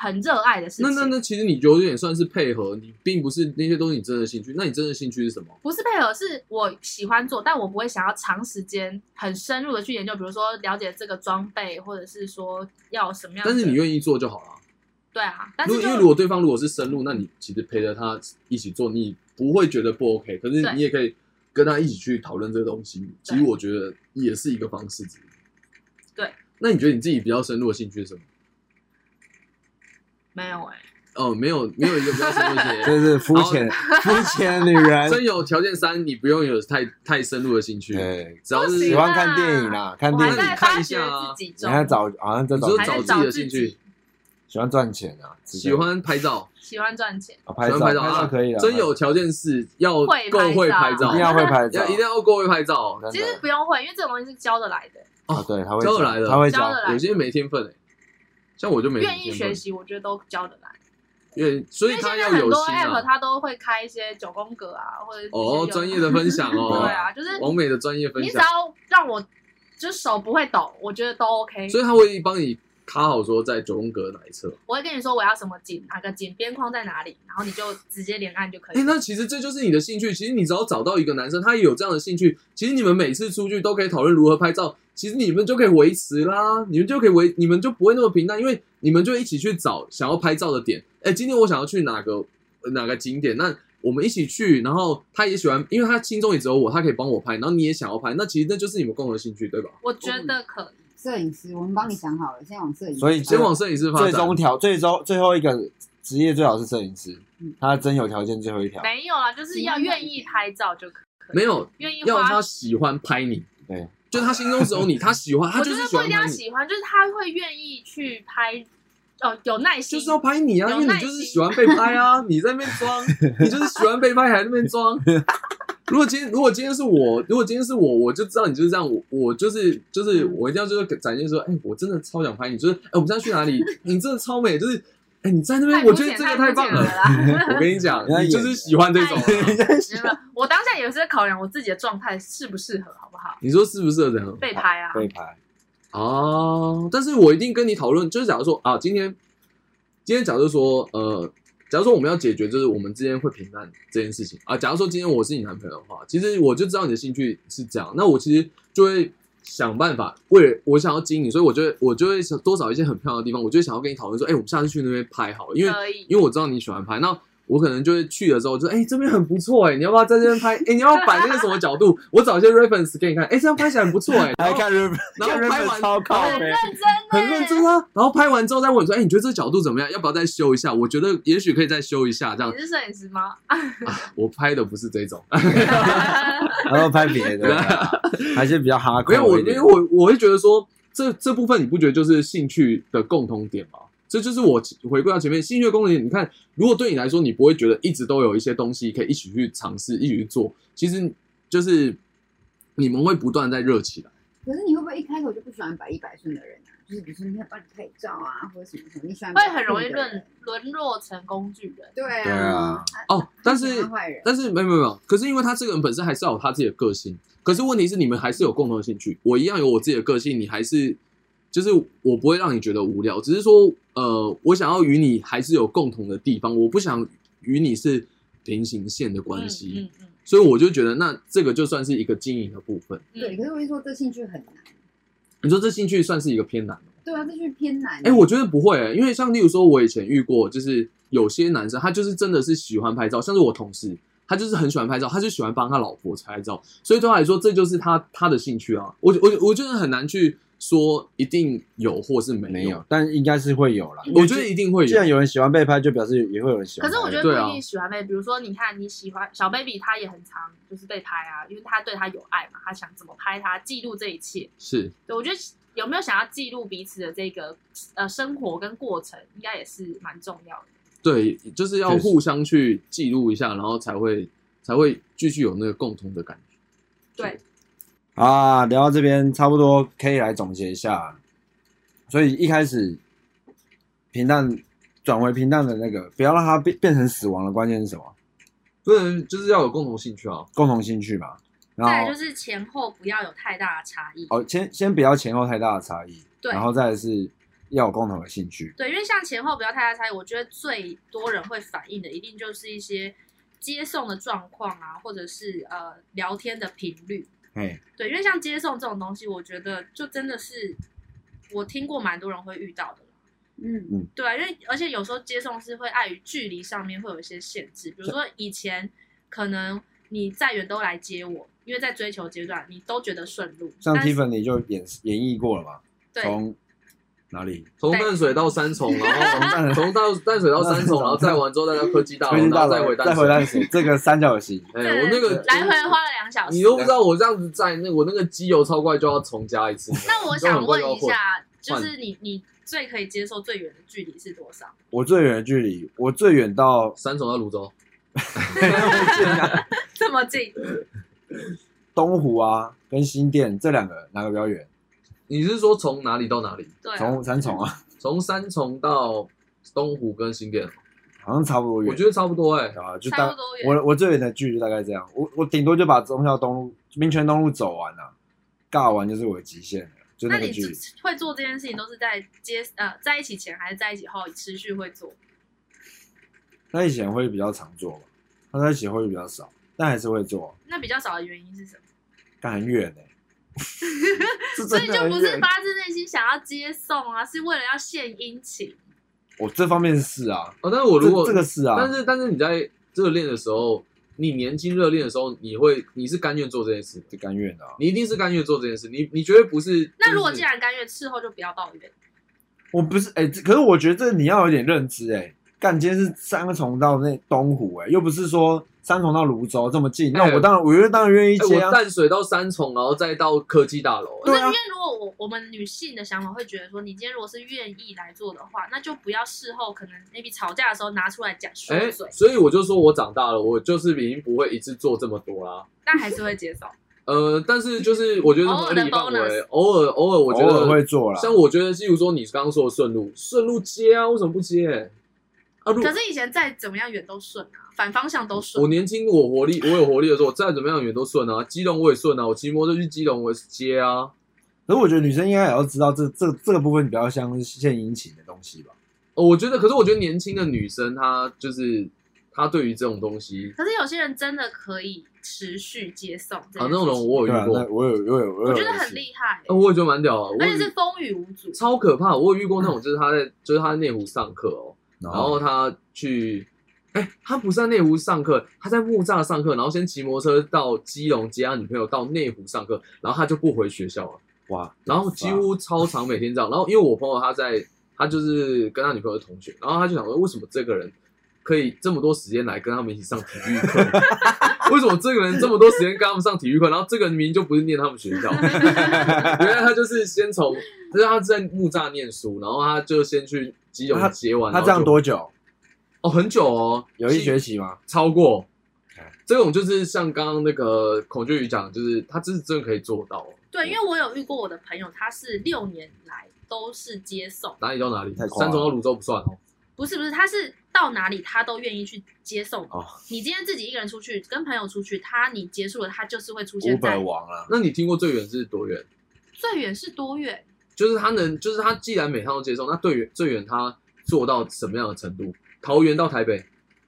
E: 很热爱的事
C: 那
E: 情。
C: 那那，其实你有点算是配合，你并不是那些东西你真的兴趣。那你真的兴趣是什么？
E: 不是配合，是我喜欢做，但我不会想要长时间很深入的去研究，比如说了解这个装备，或者是说要什么样的。
C: 但是你愿意做就好了。
E: 对啊，但
C: 如
E: 是就
C: 果因为如果对方如果是深入，那你其实陪着他一起做，你不会觉得不 OK。可是
E: 对
C: 你也可以跟他一起去讨论这个东西。其实
E: 对
C: 我觉得也是一个方式之一。
E: 对。
C: 那你觉得你自己比较深入的兴趣是什么？
E: 没有哎、
C: 哦，没有，没有一个比较深入 的兴趣。
B: 这是肤 浅肤浅女人。
C: 真有条件三，你不用有太太深入的兴趣，
B: 对，
C: 只要是
E: 不
B: 喜
E: 行
B: 欢看电影啦，看
E: 我
B: 电
E: 还
B: 影，
E: 在
C: 你看
E: 发
C: 一
E: 掘
C: 下啊
E: 自己
B: 你
E: 中，
B: 还找好像在
C: 你
B: 找
C: 就
E: 还在
C: 找自
E: 找
C: 己的
E: 自
C: 兴趣
E: 己，
B: 喜欢赚钱啊，之类的
C: 喜欢拍照。
E: 喜欢赚钱，
B: 啊拍
C: 喜
B: 照，拍
C: 欢拍照啊
B: 照可以了，
C: 真有条件是要
E: 会
C: 够会
E: 拍
C: 拍
E: 照
C: 照，
B: 一定要会拍照，
C: 要一定要够会拍照。
B: 真的
E: 其实不用会，因为这种东西是教得来的，
B: 啊，对，他会
C: 教
B: 教
C: 得哦来的
B: 他会
E: 教
B: 教
E: 得，来
C: 有些没天分哎，像我就没
E: 啊愿意学
C: 天分，
E: 习，我觉得都教得来。
C: 愿意所
E: 因
C: 以
E: 为
C: 他
E: 现在
C: 要
E: 很
C: 有
E: 多
C: 心
E: app
C: 啊。
E: 它都会开一些九宫格啊，或者是一些有
C: 哦，专业的分享哦，
E: 对啊，就是
C: 王美的专业分
E: 你只
C: 享，
E: 要让我就是手不会抖，我觉得都 OK。
C: 所以他会帮你卡好说在九宫格哪一侧。
E: 我会跟你说我要什么景，哪个景边框在哪里，然后你就直接连按就可以
C: 哎，
E: 了。
C: 那其实这就是你的兴趣。其实你只要找到一个男生，他也有这样的兴趣，其实你们每次出去都可以讨论如何拍照，其实你们就可以维持啦，你们就可以维，你们就不会那么平淡，因为你们就一起去找想要拍照的点。哎，今天我想要去哪个呃哪个景点，那我们一起去，然后他也喜欢，因为他心中也只有我，他可以帮我拍，然后你也想要拍，那其实那就是你们共同的兴趣，对吧？
E: 我觉得可以，
F: 摄影师，我们帮你想好了，现在往摄影师，
B: 所以
C: 先往摄影师发
B: 最
C: 展
B: 终。条最终最后一个职业最好是摄影师，他真有条件最后一
E: 嗯
B: 条，
E: 没有啦，就是要愿意拍照就可以。
C: 没有
E: 愿意
C: 要
E: 花
C: 他，喜欢拍你，
B: 对，
C: 就他心中只有你，他喜欢，他
E: 我
C: 啊就
E: 觉
C: 是
E: 得不
C: 喜
E: 一
C: 欢
E: 定
C: 拍
E: 要
C: 你。
E: 喜欢，就是他会愿意去拍，哦，有耐心。
C: 就是要拍你啊，因为你就是喜欢被拍啊，你在那边装，你就是喜欢被拍，还在那边装。 如果今天如果今天是我，如果今天是我，我就知道你就是这样，我我就是就是我一定要就是展现说，哎、我真的超想拍你，就是哎、我们现在去哪里？你真的超美，就是哎、你在那边，
E: 太
C: 我
E: 肤
C: 觉得
E: 浅
C: 这个
E: 太
C: 太
E: 肤
C: 棒
E: 浅了啦！
C: 我跟你讲，
B: 人家
C: 你就
B: 演
C: 是
B: 的
C: 喜欢这种。
E: 没有没有我当下也是在考量我自己的状态适不适合，好不好？
C: 你说适不适合这样？
E: 被拍啊，
B: 可以拍，
C: 哦，但是我一定跟你讨论，就是假如说啊，今天今天假如说呃，假如说我们要解决就是我们之间会平淡这件事情啊，假如说今天我是你男朋友的话，其实我就知道你的兴趣是这样，那我其实就会想办法为了我想要经营，所以我就会我就会想多找一些很漂亮的地方，我就会想要跟你讨论说，哎、我们下次去那边拍好了，因为
E: 可以
C: 因为我知道你喜欢拍，那我可能就会去了之后就，哎、这边很不错哎、你要不要在这边拍？哎、你要不要摆那个什么角度？我找一些 reference 给你看，哎、这样拍起来很不错哎、
B: 来看日本，
C: 然后
B: 看日
C: 拍
B: 本
C: 完
B: 超靠
E: 很
B: 北
E: 认真，
C: 很认真。啊。然后拍完之后再问说，哎、你觉得这个角度怎么样？要不要再修一下？我觉得也许可以再修一 下这样啊
E: 你。是摄影师吗？
C: 我拍的不是这种，
B: 然后拍别 的，还是比较哈
C: 没有我，
B: 口一
C: 因为
B: 点。
C: 我我会觉得说，这这部分你不觉得就是兴趣的共同点吗？这就是我回归到前面兴趣的共同点。你看，如果对你来说，你不会觉得一直都有一些东西可以一起去尝试、一起去做，其实就是你们会不断地在热起来。
F: 可是你会不会一开头就不喜欢百依百顺的人啊？就是比如说你要帮你拍照啊，或者什么什么，你喜欢
E: 会很容易
F: 论
E: 沦沦落成工具人。
F: 对
B: 对啊，
C: 哦，但是
F: 喜欢坏人
C: 但是没有没有没有，可是因为他这个人本身还是要有他自己的个性，可是问题是你们还是有共同的兴趣，我一样有我自己的个性，你还是就是我不会让你觉得无聊，只是说呃，我想要与你还是有共同的地方，我不想与你是平行线的关系，
E: 嗯嗯
C: 所以我就觉得那这个就算是一个经营的部分。
E: 嗯，
F: 对，可是我就说这兴趣很难。
C: 你说这兴趣算是一个偏难的吗？
F: 对啊，这就是偏难。
C: 哎、我觉得不会、欸，因为像例如说，我以前遇过，就是有些男生他就是真的是喜欢拍照，像是我同事，他就是很喜欢拍照，他就喜欢帮他老婆拍照，所以对他来说，这就是他他的兴趣啊。我我我觉得很难去说一定有或是没
B: 没有，但应该是会有啦。
C: 我觉得一定会
B: 既
C: 有
B: 然。有人喜欢被拍，就表示也会有人喜
E: 可
B: 欢拍。
E: 是我觉得
C: 对
E: 不
C: 啊
E: 一定喜欢被，比如说，你看你喜欢小 baby，他也很常就是被拍啊，因为他对他有爱嘛，他想怎么拍他，记录这一切。
C: 是，
E: 对我觉得有没有想要记录彼此的这个呃生活跟过程，应该也是蛮重要的。
C: 对，就是要
B: 确实
C: 互相去记录一下，然后才会才会继续有那个共同的感觉。
E: 对，
B: 好啊，聊到这边差不多可以来总结一下。所以一开始平淡转为平淡的那个，不要让它变变成死亡的关键是什么？
C: 不能就是要有共同兴趣啊。
B: 共同兴趣嘛。然
E: 再来
B: 后
E: 就是前后不要有太大的差异。
B: 哦，先先不要前后太大的差异，
E: 对
B: 然后再来是要有共同的兴趣。
E: 对，因为像前后不要太大差异，我觉得最多人会反映的，一定就是一些接送的状况啊，或者是呃聊天的频率。
B: 嘿，
E: 对，因为像接送这种东西，我觉得就真的是我听过蛮多人会遇到的。
F: 嗯，
E: 对啊，因为而且有时候接送是会碍于距离上面会有一些限制，比如说以前可能你再远都来接我，因为在追求阶段你都觉得顺路，
B: 像
E: 但是
B: Tiffany 就演演绎过了嘛，
E: 对
B: 从 哪里？
C: 从
E: 对
C: 淡水到三 重，然 后
B: 从
C: 从淡淡水到三重，然后再完之后再到科技大楼，
B: 推进
C: 然
B: 大
C: 后再
B: 楼
C: 回
B: 再
C: 淡
B: 回
C: 水。
B: 淡水，这个三角形。
C: 哎、
E: 对
C: 我那个
E: 嗯来回花了两小时，
C: 你都不知道我这样子在那我那个机油超快就要重加一次。
E: 那我
C: 都
E: 想
C: 很快
E: 问
C: 就要
E: 一
C: 混，
E: 下，就
C: 换
E: 是你你最可以接受最远的距离是多少？
B: 我最远的距离，我最远 到
C: 三重到泸州，
E: 这么近？
B: 东湖啊，跟新店这两个哪个比较远？
C: 你是说从哪里到哪里？
E: 对、啊，
B: 从三重啊，
C: 从三重到东湖跟新店，
B: 好像差不多远。
C: 我觉得差不多哎、
B: 得啊，就
E: 差
B: 大
E: 不多远。
B: 我我最远的距离大概这样，我我顶多就把忠孝东路、民权东路走完了、尬完就是我的极限了，就
E: 那
B: 个
E: 你
B: 距
E: 只
B: 离。
E: 会做这件事情，都是在接呃在一起前还是在一起后持续会做？
B: 那以前会比较常做嘛，那在一起会比较少，但还是会做，
E: 那比较少的原因是什么？
B: 但很远呢、是
E: 所
B: 真
E: 以
B: 的
E: 就
B: 很
E: 不是
B: 远。
E: 发自内心想要接送啊，是为了要献殷勤。
B: 我这方面是啊，
C: 哦，但是我
B: 我
C: 如果
B: 这个是啊，
C: 但是但是你在热恋的时候，你年轻热恋的时候，你会你是甘愿做这件事，
B: 就甘愿的、啊。
C: 你一定是甘愿做这件事，你你绝对不是。
E: 那如果
C: 就是
E: 既然甘愿，事后就不要抱
C: 啊
E: 怨。
B: 我不是哎、这可是我觉得这你要有点认知哎、干，今天是三重到那东湖哎、又不是说三重到泸州这么近，那
C: 哎
B: 我当然我就当然愿意
C: 哎
B: 接啊
C: 我。淡水到三重，然后再到科技大楼、
E: 不
B: 对
E: 是
B: 啊
E: 因为如果我我们女性的想法会觉得说，你今天如果是愿意来做的话，那就不要事后可能 maybe 吵架的时候拿出来讲
C: 哎、
E: 说嘴，
C: 所以我就说我长大了，我就是已经不会一次做这么多啦。
E: 但还是会接受。
C: 呃，但是就是我觉得合理范
E: 偶尔
C: 围
E: 的，
C: 偶尔偶尔我觉
B: 偶尔
C: 得
B: 会做啦，
C: 像我觉得，例如说你刚刚说的顺路，顺路接啊，为什么不接？啊，如
E: 可是以前再怎么样远都顺啊，反方向都顺
C: 我。年轻，我活力，我有活力的时候，我再怎么样远都顺啊。基隆我也顺啊，我骑摩托车去基隆我也是接啊。
B: 可是我觉得女生应该也要知道这这这个部分比较像是献殷勤的东西吧。
C: 哦我觉得，可是我觉得年轻的女生她就是她对于这种东西
E: 可是有些人真的可以持续接送这件事情
C: 啊，那种我
B: 对
C: 有
B: 啊
C: 遇，
B: 那
C: 过，
B: 我有我有我
E: 我
B: 有，
E: 觉得很厉害、欸
C: 呃我也觉得蛮屌啊，我
E: 而
C: 有
E: 且是
C: 遇
E: 风雨无阻。
C: 超可怕。我有遇过那种，就是她在 就是她在内湖上课哦，
B: 然
C: 然后他去，哎、他不是在内湖上课，他在木栅上课，然后先骑摩托车到基隆接他女朋友到内湖上课，然后他就不回学校了，
B: 哇，
C: 然后几乎超常每天这样。然后因为我朋友他在，他就是跟他女朋友是同学，然后他就想说，为什么这个人可以这么多时间来跟他们一起上体育 课？为什么这个人这么多时间跟他们上体育课？然后这个人明明就不是念他们学 校，原来他就是先从，就是他在木栅念书，然后他就先去基隆接完，
B: 他
C: 然后
B: 这样
C: 就
B: 多久？
C: 哦，很久哦，
B: 有一
C: 是
B: 学期吗？
C: 超过
B: 嗯。
C: 这种就是像刚刚那个孔雀鱼讲，就是他真是真的可以做到哦，
E: 对，因为我有遇过我的朋友，他是六年来都是接送，
C: 哪里到哪里，
B: 太夸张
C: 三重到泸州不算哦。
E: 不是不是，他是到哪里他都愿意去接送你。
B: 哦
E: 你今天自己一个人出去，跟朋友出去，他你结束了，他就是会出
B: 五
E: 现在
B: 本王啊，
C: 那你听过最远是多远？
E: 最远是多远？
C: 就是他能，就是他既然每趟都接送，那最远最远他做到什么样的程度？桃园到台 北，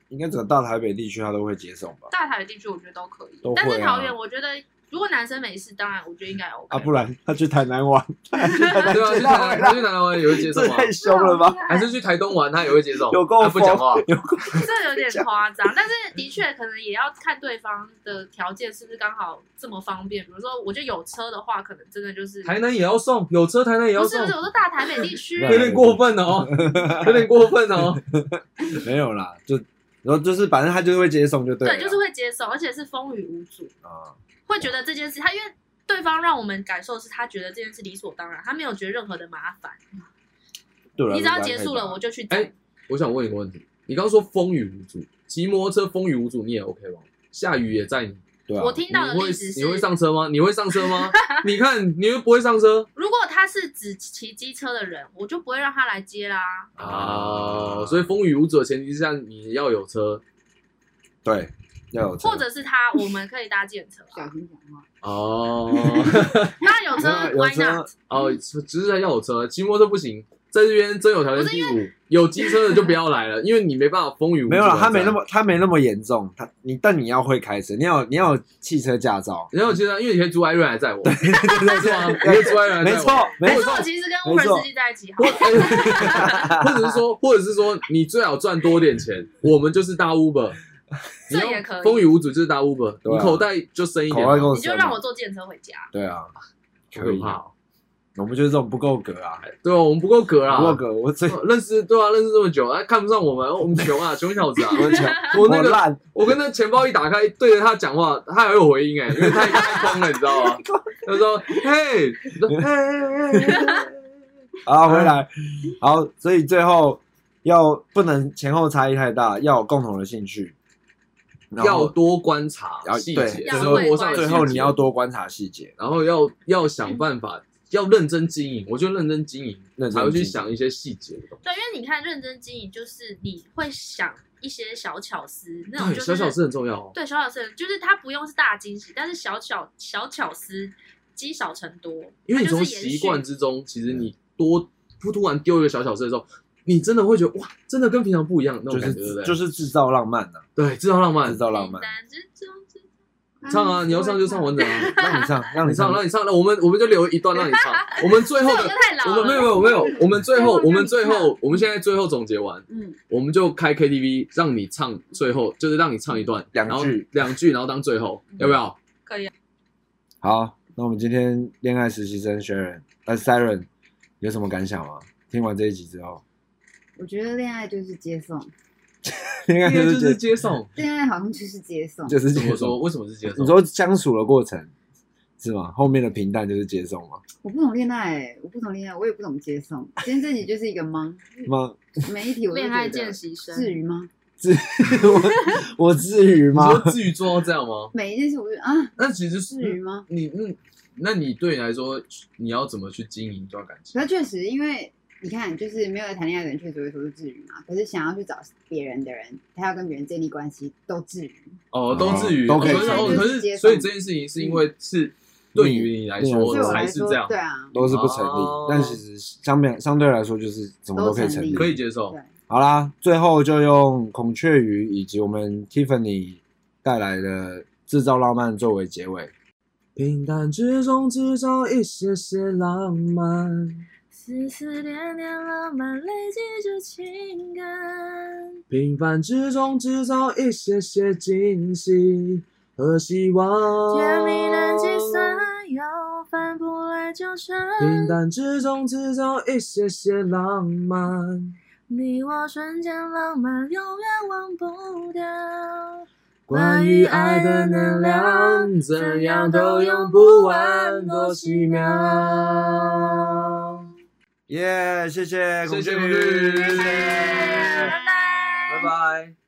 B: 应该整个大台北地区他都会接送吧？
E: 大台的地区我觉得都可以，
B: 都会啊
E: 但是桃园我觉得如果男生没事，当然我觉得应该 OK。
B: 啊，不然他去台南玩，他去台 南
C: 对啊，去
B: 接
C: 台
B: 他回
C: 南，他
B: 来，
C: 去台南玩也会接送
B: 这
C: 吗？
B: 太凶了
F: 啊
B: 吧？
C: 还是去台东玩，他也会接送？
B: 有够
C: 他不讲话
B: 疯，有够
E: 这有点夸张，但是的确可能也要看对方的条件是不是刚好这么方便。比如说，我觉得有车的话，可能真的就是
C: 台南也要送，有车台南也要
E: 不是
C: 送
E: 不是，，我说大台北地区，
C: 有点过分 哦，有点过分哦。
B: 没有啦，就然后就是反正他就是会接送就对了，
E: 啊对，就是会接受，而且是风雨无阻，
B: 啊，
E: 会觉得这件事，他因为对方让我们感受是他觉得这件事理所当然，他没有觉得任何的麻烦。
B: 对啊啦
E: 你只要
B: 就这
E: 结
B: 样
E: 束
B: 可以吧
E: 了，我就去载
C: 哎、
E: 你。
C: 我想问一个问题，你刚刚说风雨无阻，骑摩托车风雨无阻，你也 OK 吗？下雨也在你，
B: 对啊，
E: 我听到的
C: 你会
E: 例子
C: 你会
E: 是，
C: 上车吗？你会上车吗？ 你看你又不会上车
E: 如果他是只骑机车的人，我就不会让他来接啦。
C: 啊，所以风雨无阻的前提之下你要有车
B: 对要有车
E: 或者是他，我们可以搭建车啊。
F: 小心讲话。
C: 哦
E: 那有车
B: 没有有
E: ，Why
B: 车
E: not？
C: 哦，只是要有车，骑摩托车不行。在这边真有条件第五，有机车的就不要来了，因为你没办法风雨无阻。
B: 没有
E: 啊
B: 啦，他没那，么他没那么严重，他你但你要会开车，你要有你要有汽车驾 照，
C: 然后我觉得，因为你可以租艾瑞来载我，是吗？你可以租艾瑞来载我，
B: 没错没
E: 还
B: 错
E: 是，我哎其实跟
B: 没错
E: Uber 司机在一起好
C: 或
E: 了，
C: 或者是说，或者是说，你最好赚多点钱，我们就是搭 Uber，你
E: 这
C: 要
E: 也可以
C: 风雨无阻就是搭 Uber，、
B: 对啊
C: 你口袋就深一
B: 口
C: 点
B: 袋
C: 嘛，
B: 够
E: 你就
B: 深
E: 让
B: 嘛
E: 我坐电车回家。
B: 对啊，
C: 好
B: 可
C: 可
B: 以，
C: 怕、哦。
B: 我们就是这种不够格啊，
C: 对啊，我们不够格啊，
B: 不够格，我最
C: 呃。认识对啊，认识这么久，啊，看不上我们，我们穷啊，穷小子啊！
B: 我很穷
C: 我
B: 我
C: 那个，
B: 烂，
C: 我跟那钱包一打开，对着他讲话，他还会回音哎、因为他已经开通了，你知 道吗？他说：“嘿，
B: 好回来，好，所以最后要不能前后差异太大，要有共同的兴趣，然
C: 要
B: 后
C: 多观察
B: 然后
C: 细
B: 对
C: 节，
E: 要
C: 生活上的
B: 最后
C: 细
B: 你
C: 节
B: 要多观察细节，
C: 然后要要想办法，要认真经营。我觉得认真经营，
B: 认真经营
C: 才会去想一些细节的东西。
E: 对，因为你看认真经营，就是你会想一些小巧思，那种
C: 对，
E: 就是
C: 小小事很重要哦。
E: 对小巧思，就是它不用是大惊喜，但是小巧小巧思积少成多，
C: 因为你
E: 它就
C: 从
E: 是延续
C: 习惯之中，其实你多不突然丢一个小小事的时候，你真的会觉得哇，真的跟平常不一样那
B: 就
C: 种感
B: 是
C: 觉，对不对？
B: 就是制造浪漫呐，
C: 对，制造浪漫
B: 制，造浪漫
E: 平，淡之中之
C: 唱啊，你要唱就唱文。
F: 嗯我
C: 章啊，
B: 让你唱，让
C: 让
B: 你
C: 你唱，
B: 唱，
C: 让你唱，那我们我们就留一段让你 唱。我们最后
E: 这首
C: 的
E: 歌。太
C: 我
E: 老
C: 们没有没
E: 了。
C: 有没有，我们最后
F: 最后让你
C: 我们最后
F: 唱
C: 我们现在最后总结完，
F: 嗯，
C: 我们就开 KTV 让你唱最后，就是让你唱一段
B: 两句
C: 然后两句，然后当最后，
F: 嗯
C: 要 不要？
B: 好，那我们今天恋爱实习生 Sharon 呃 Siren 有什么感想吗？听完这一集之 后，
F: 我觉得恋爱就是接送，
B: 恋爱
C: 应该
B: 就
C: 就是是
B: 接
C: 接送。
F: 恋爱好像就是接送。
B: 就是
C: 怎
B: 接
C: 么说？
B: 受。
C: 为什么是接送？
B: 你说相处的过程是吗？后面的平淡就是接受吗？
F: 我不懂恋爱、欸我不懂恋爱，我也不懂接送。今天这集就是一个懵，
B: 吗？
F: 每一题我都觉
E: 恋
F: 得
E: 爱见习生，
F: 至于吗？
B: 我我至于
C: 你
B: 吗？
C: 说至于做到这样吗？
F: 每一件事我就啊，
C: 那其实
F: 至于
C: 是
F: 吗？
C: 你嗯，那你对你来说，你要怎么去经营一段感情？
F: 可是确实，因为你看，就是没有在谈恋爱的人确实会说是至于嘛。可是想要去找别人的人，他要跟别人建立关系，都至于。
C: 哦，都至于，
B: 都可以
C: 哦可是
B: 都
C: 哦，
F: 可以
C: 可
F: 接
C: 是
F: 受
C: 所以这件事情是因为是对于你来
B: 对我
C: 说
F: 对我
C: 才
F: 来
C: 是
F: 说
C: 这样，，
F: 对啊，
B: 都是不成立，
C: 哦
B: 但其实相比相对来说，就是怎么都可以成立。
F: 都成立
C: 可以接受
F: 对。
B: 好啦，最后就用孔雀鱼以及我们 Tiffany 带来的制造浪漫作为结尾。
C: 平淡之中制造一些些浪漫，
E: 丝丝点点浪漫累积着情感，
C: 平凡之中制造一些些惊喜和希望。
E: 甜蜜难计算，又翻不来纠缠
C: 平。淡之中制造一些些浪漫，
E: 你我瞬间浪漫，永远忘不掉。
C: 关于爱的能量，怎样都用不完，多奇妙。
B: 耶、谢谢孔雀
C: 孔雀
B: 鱼，
C: 鱼
E: 拜拜。
C: 拜拜。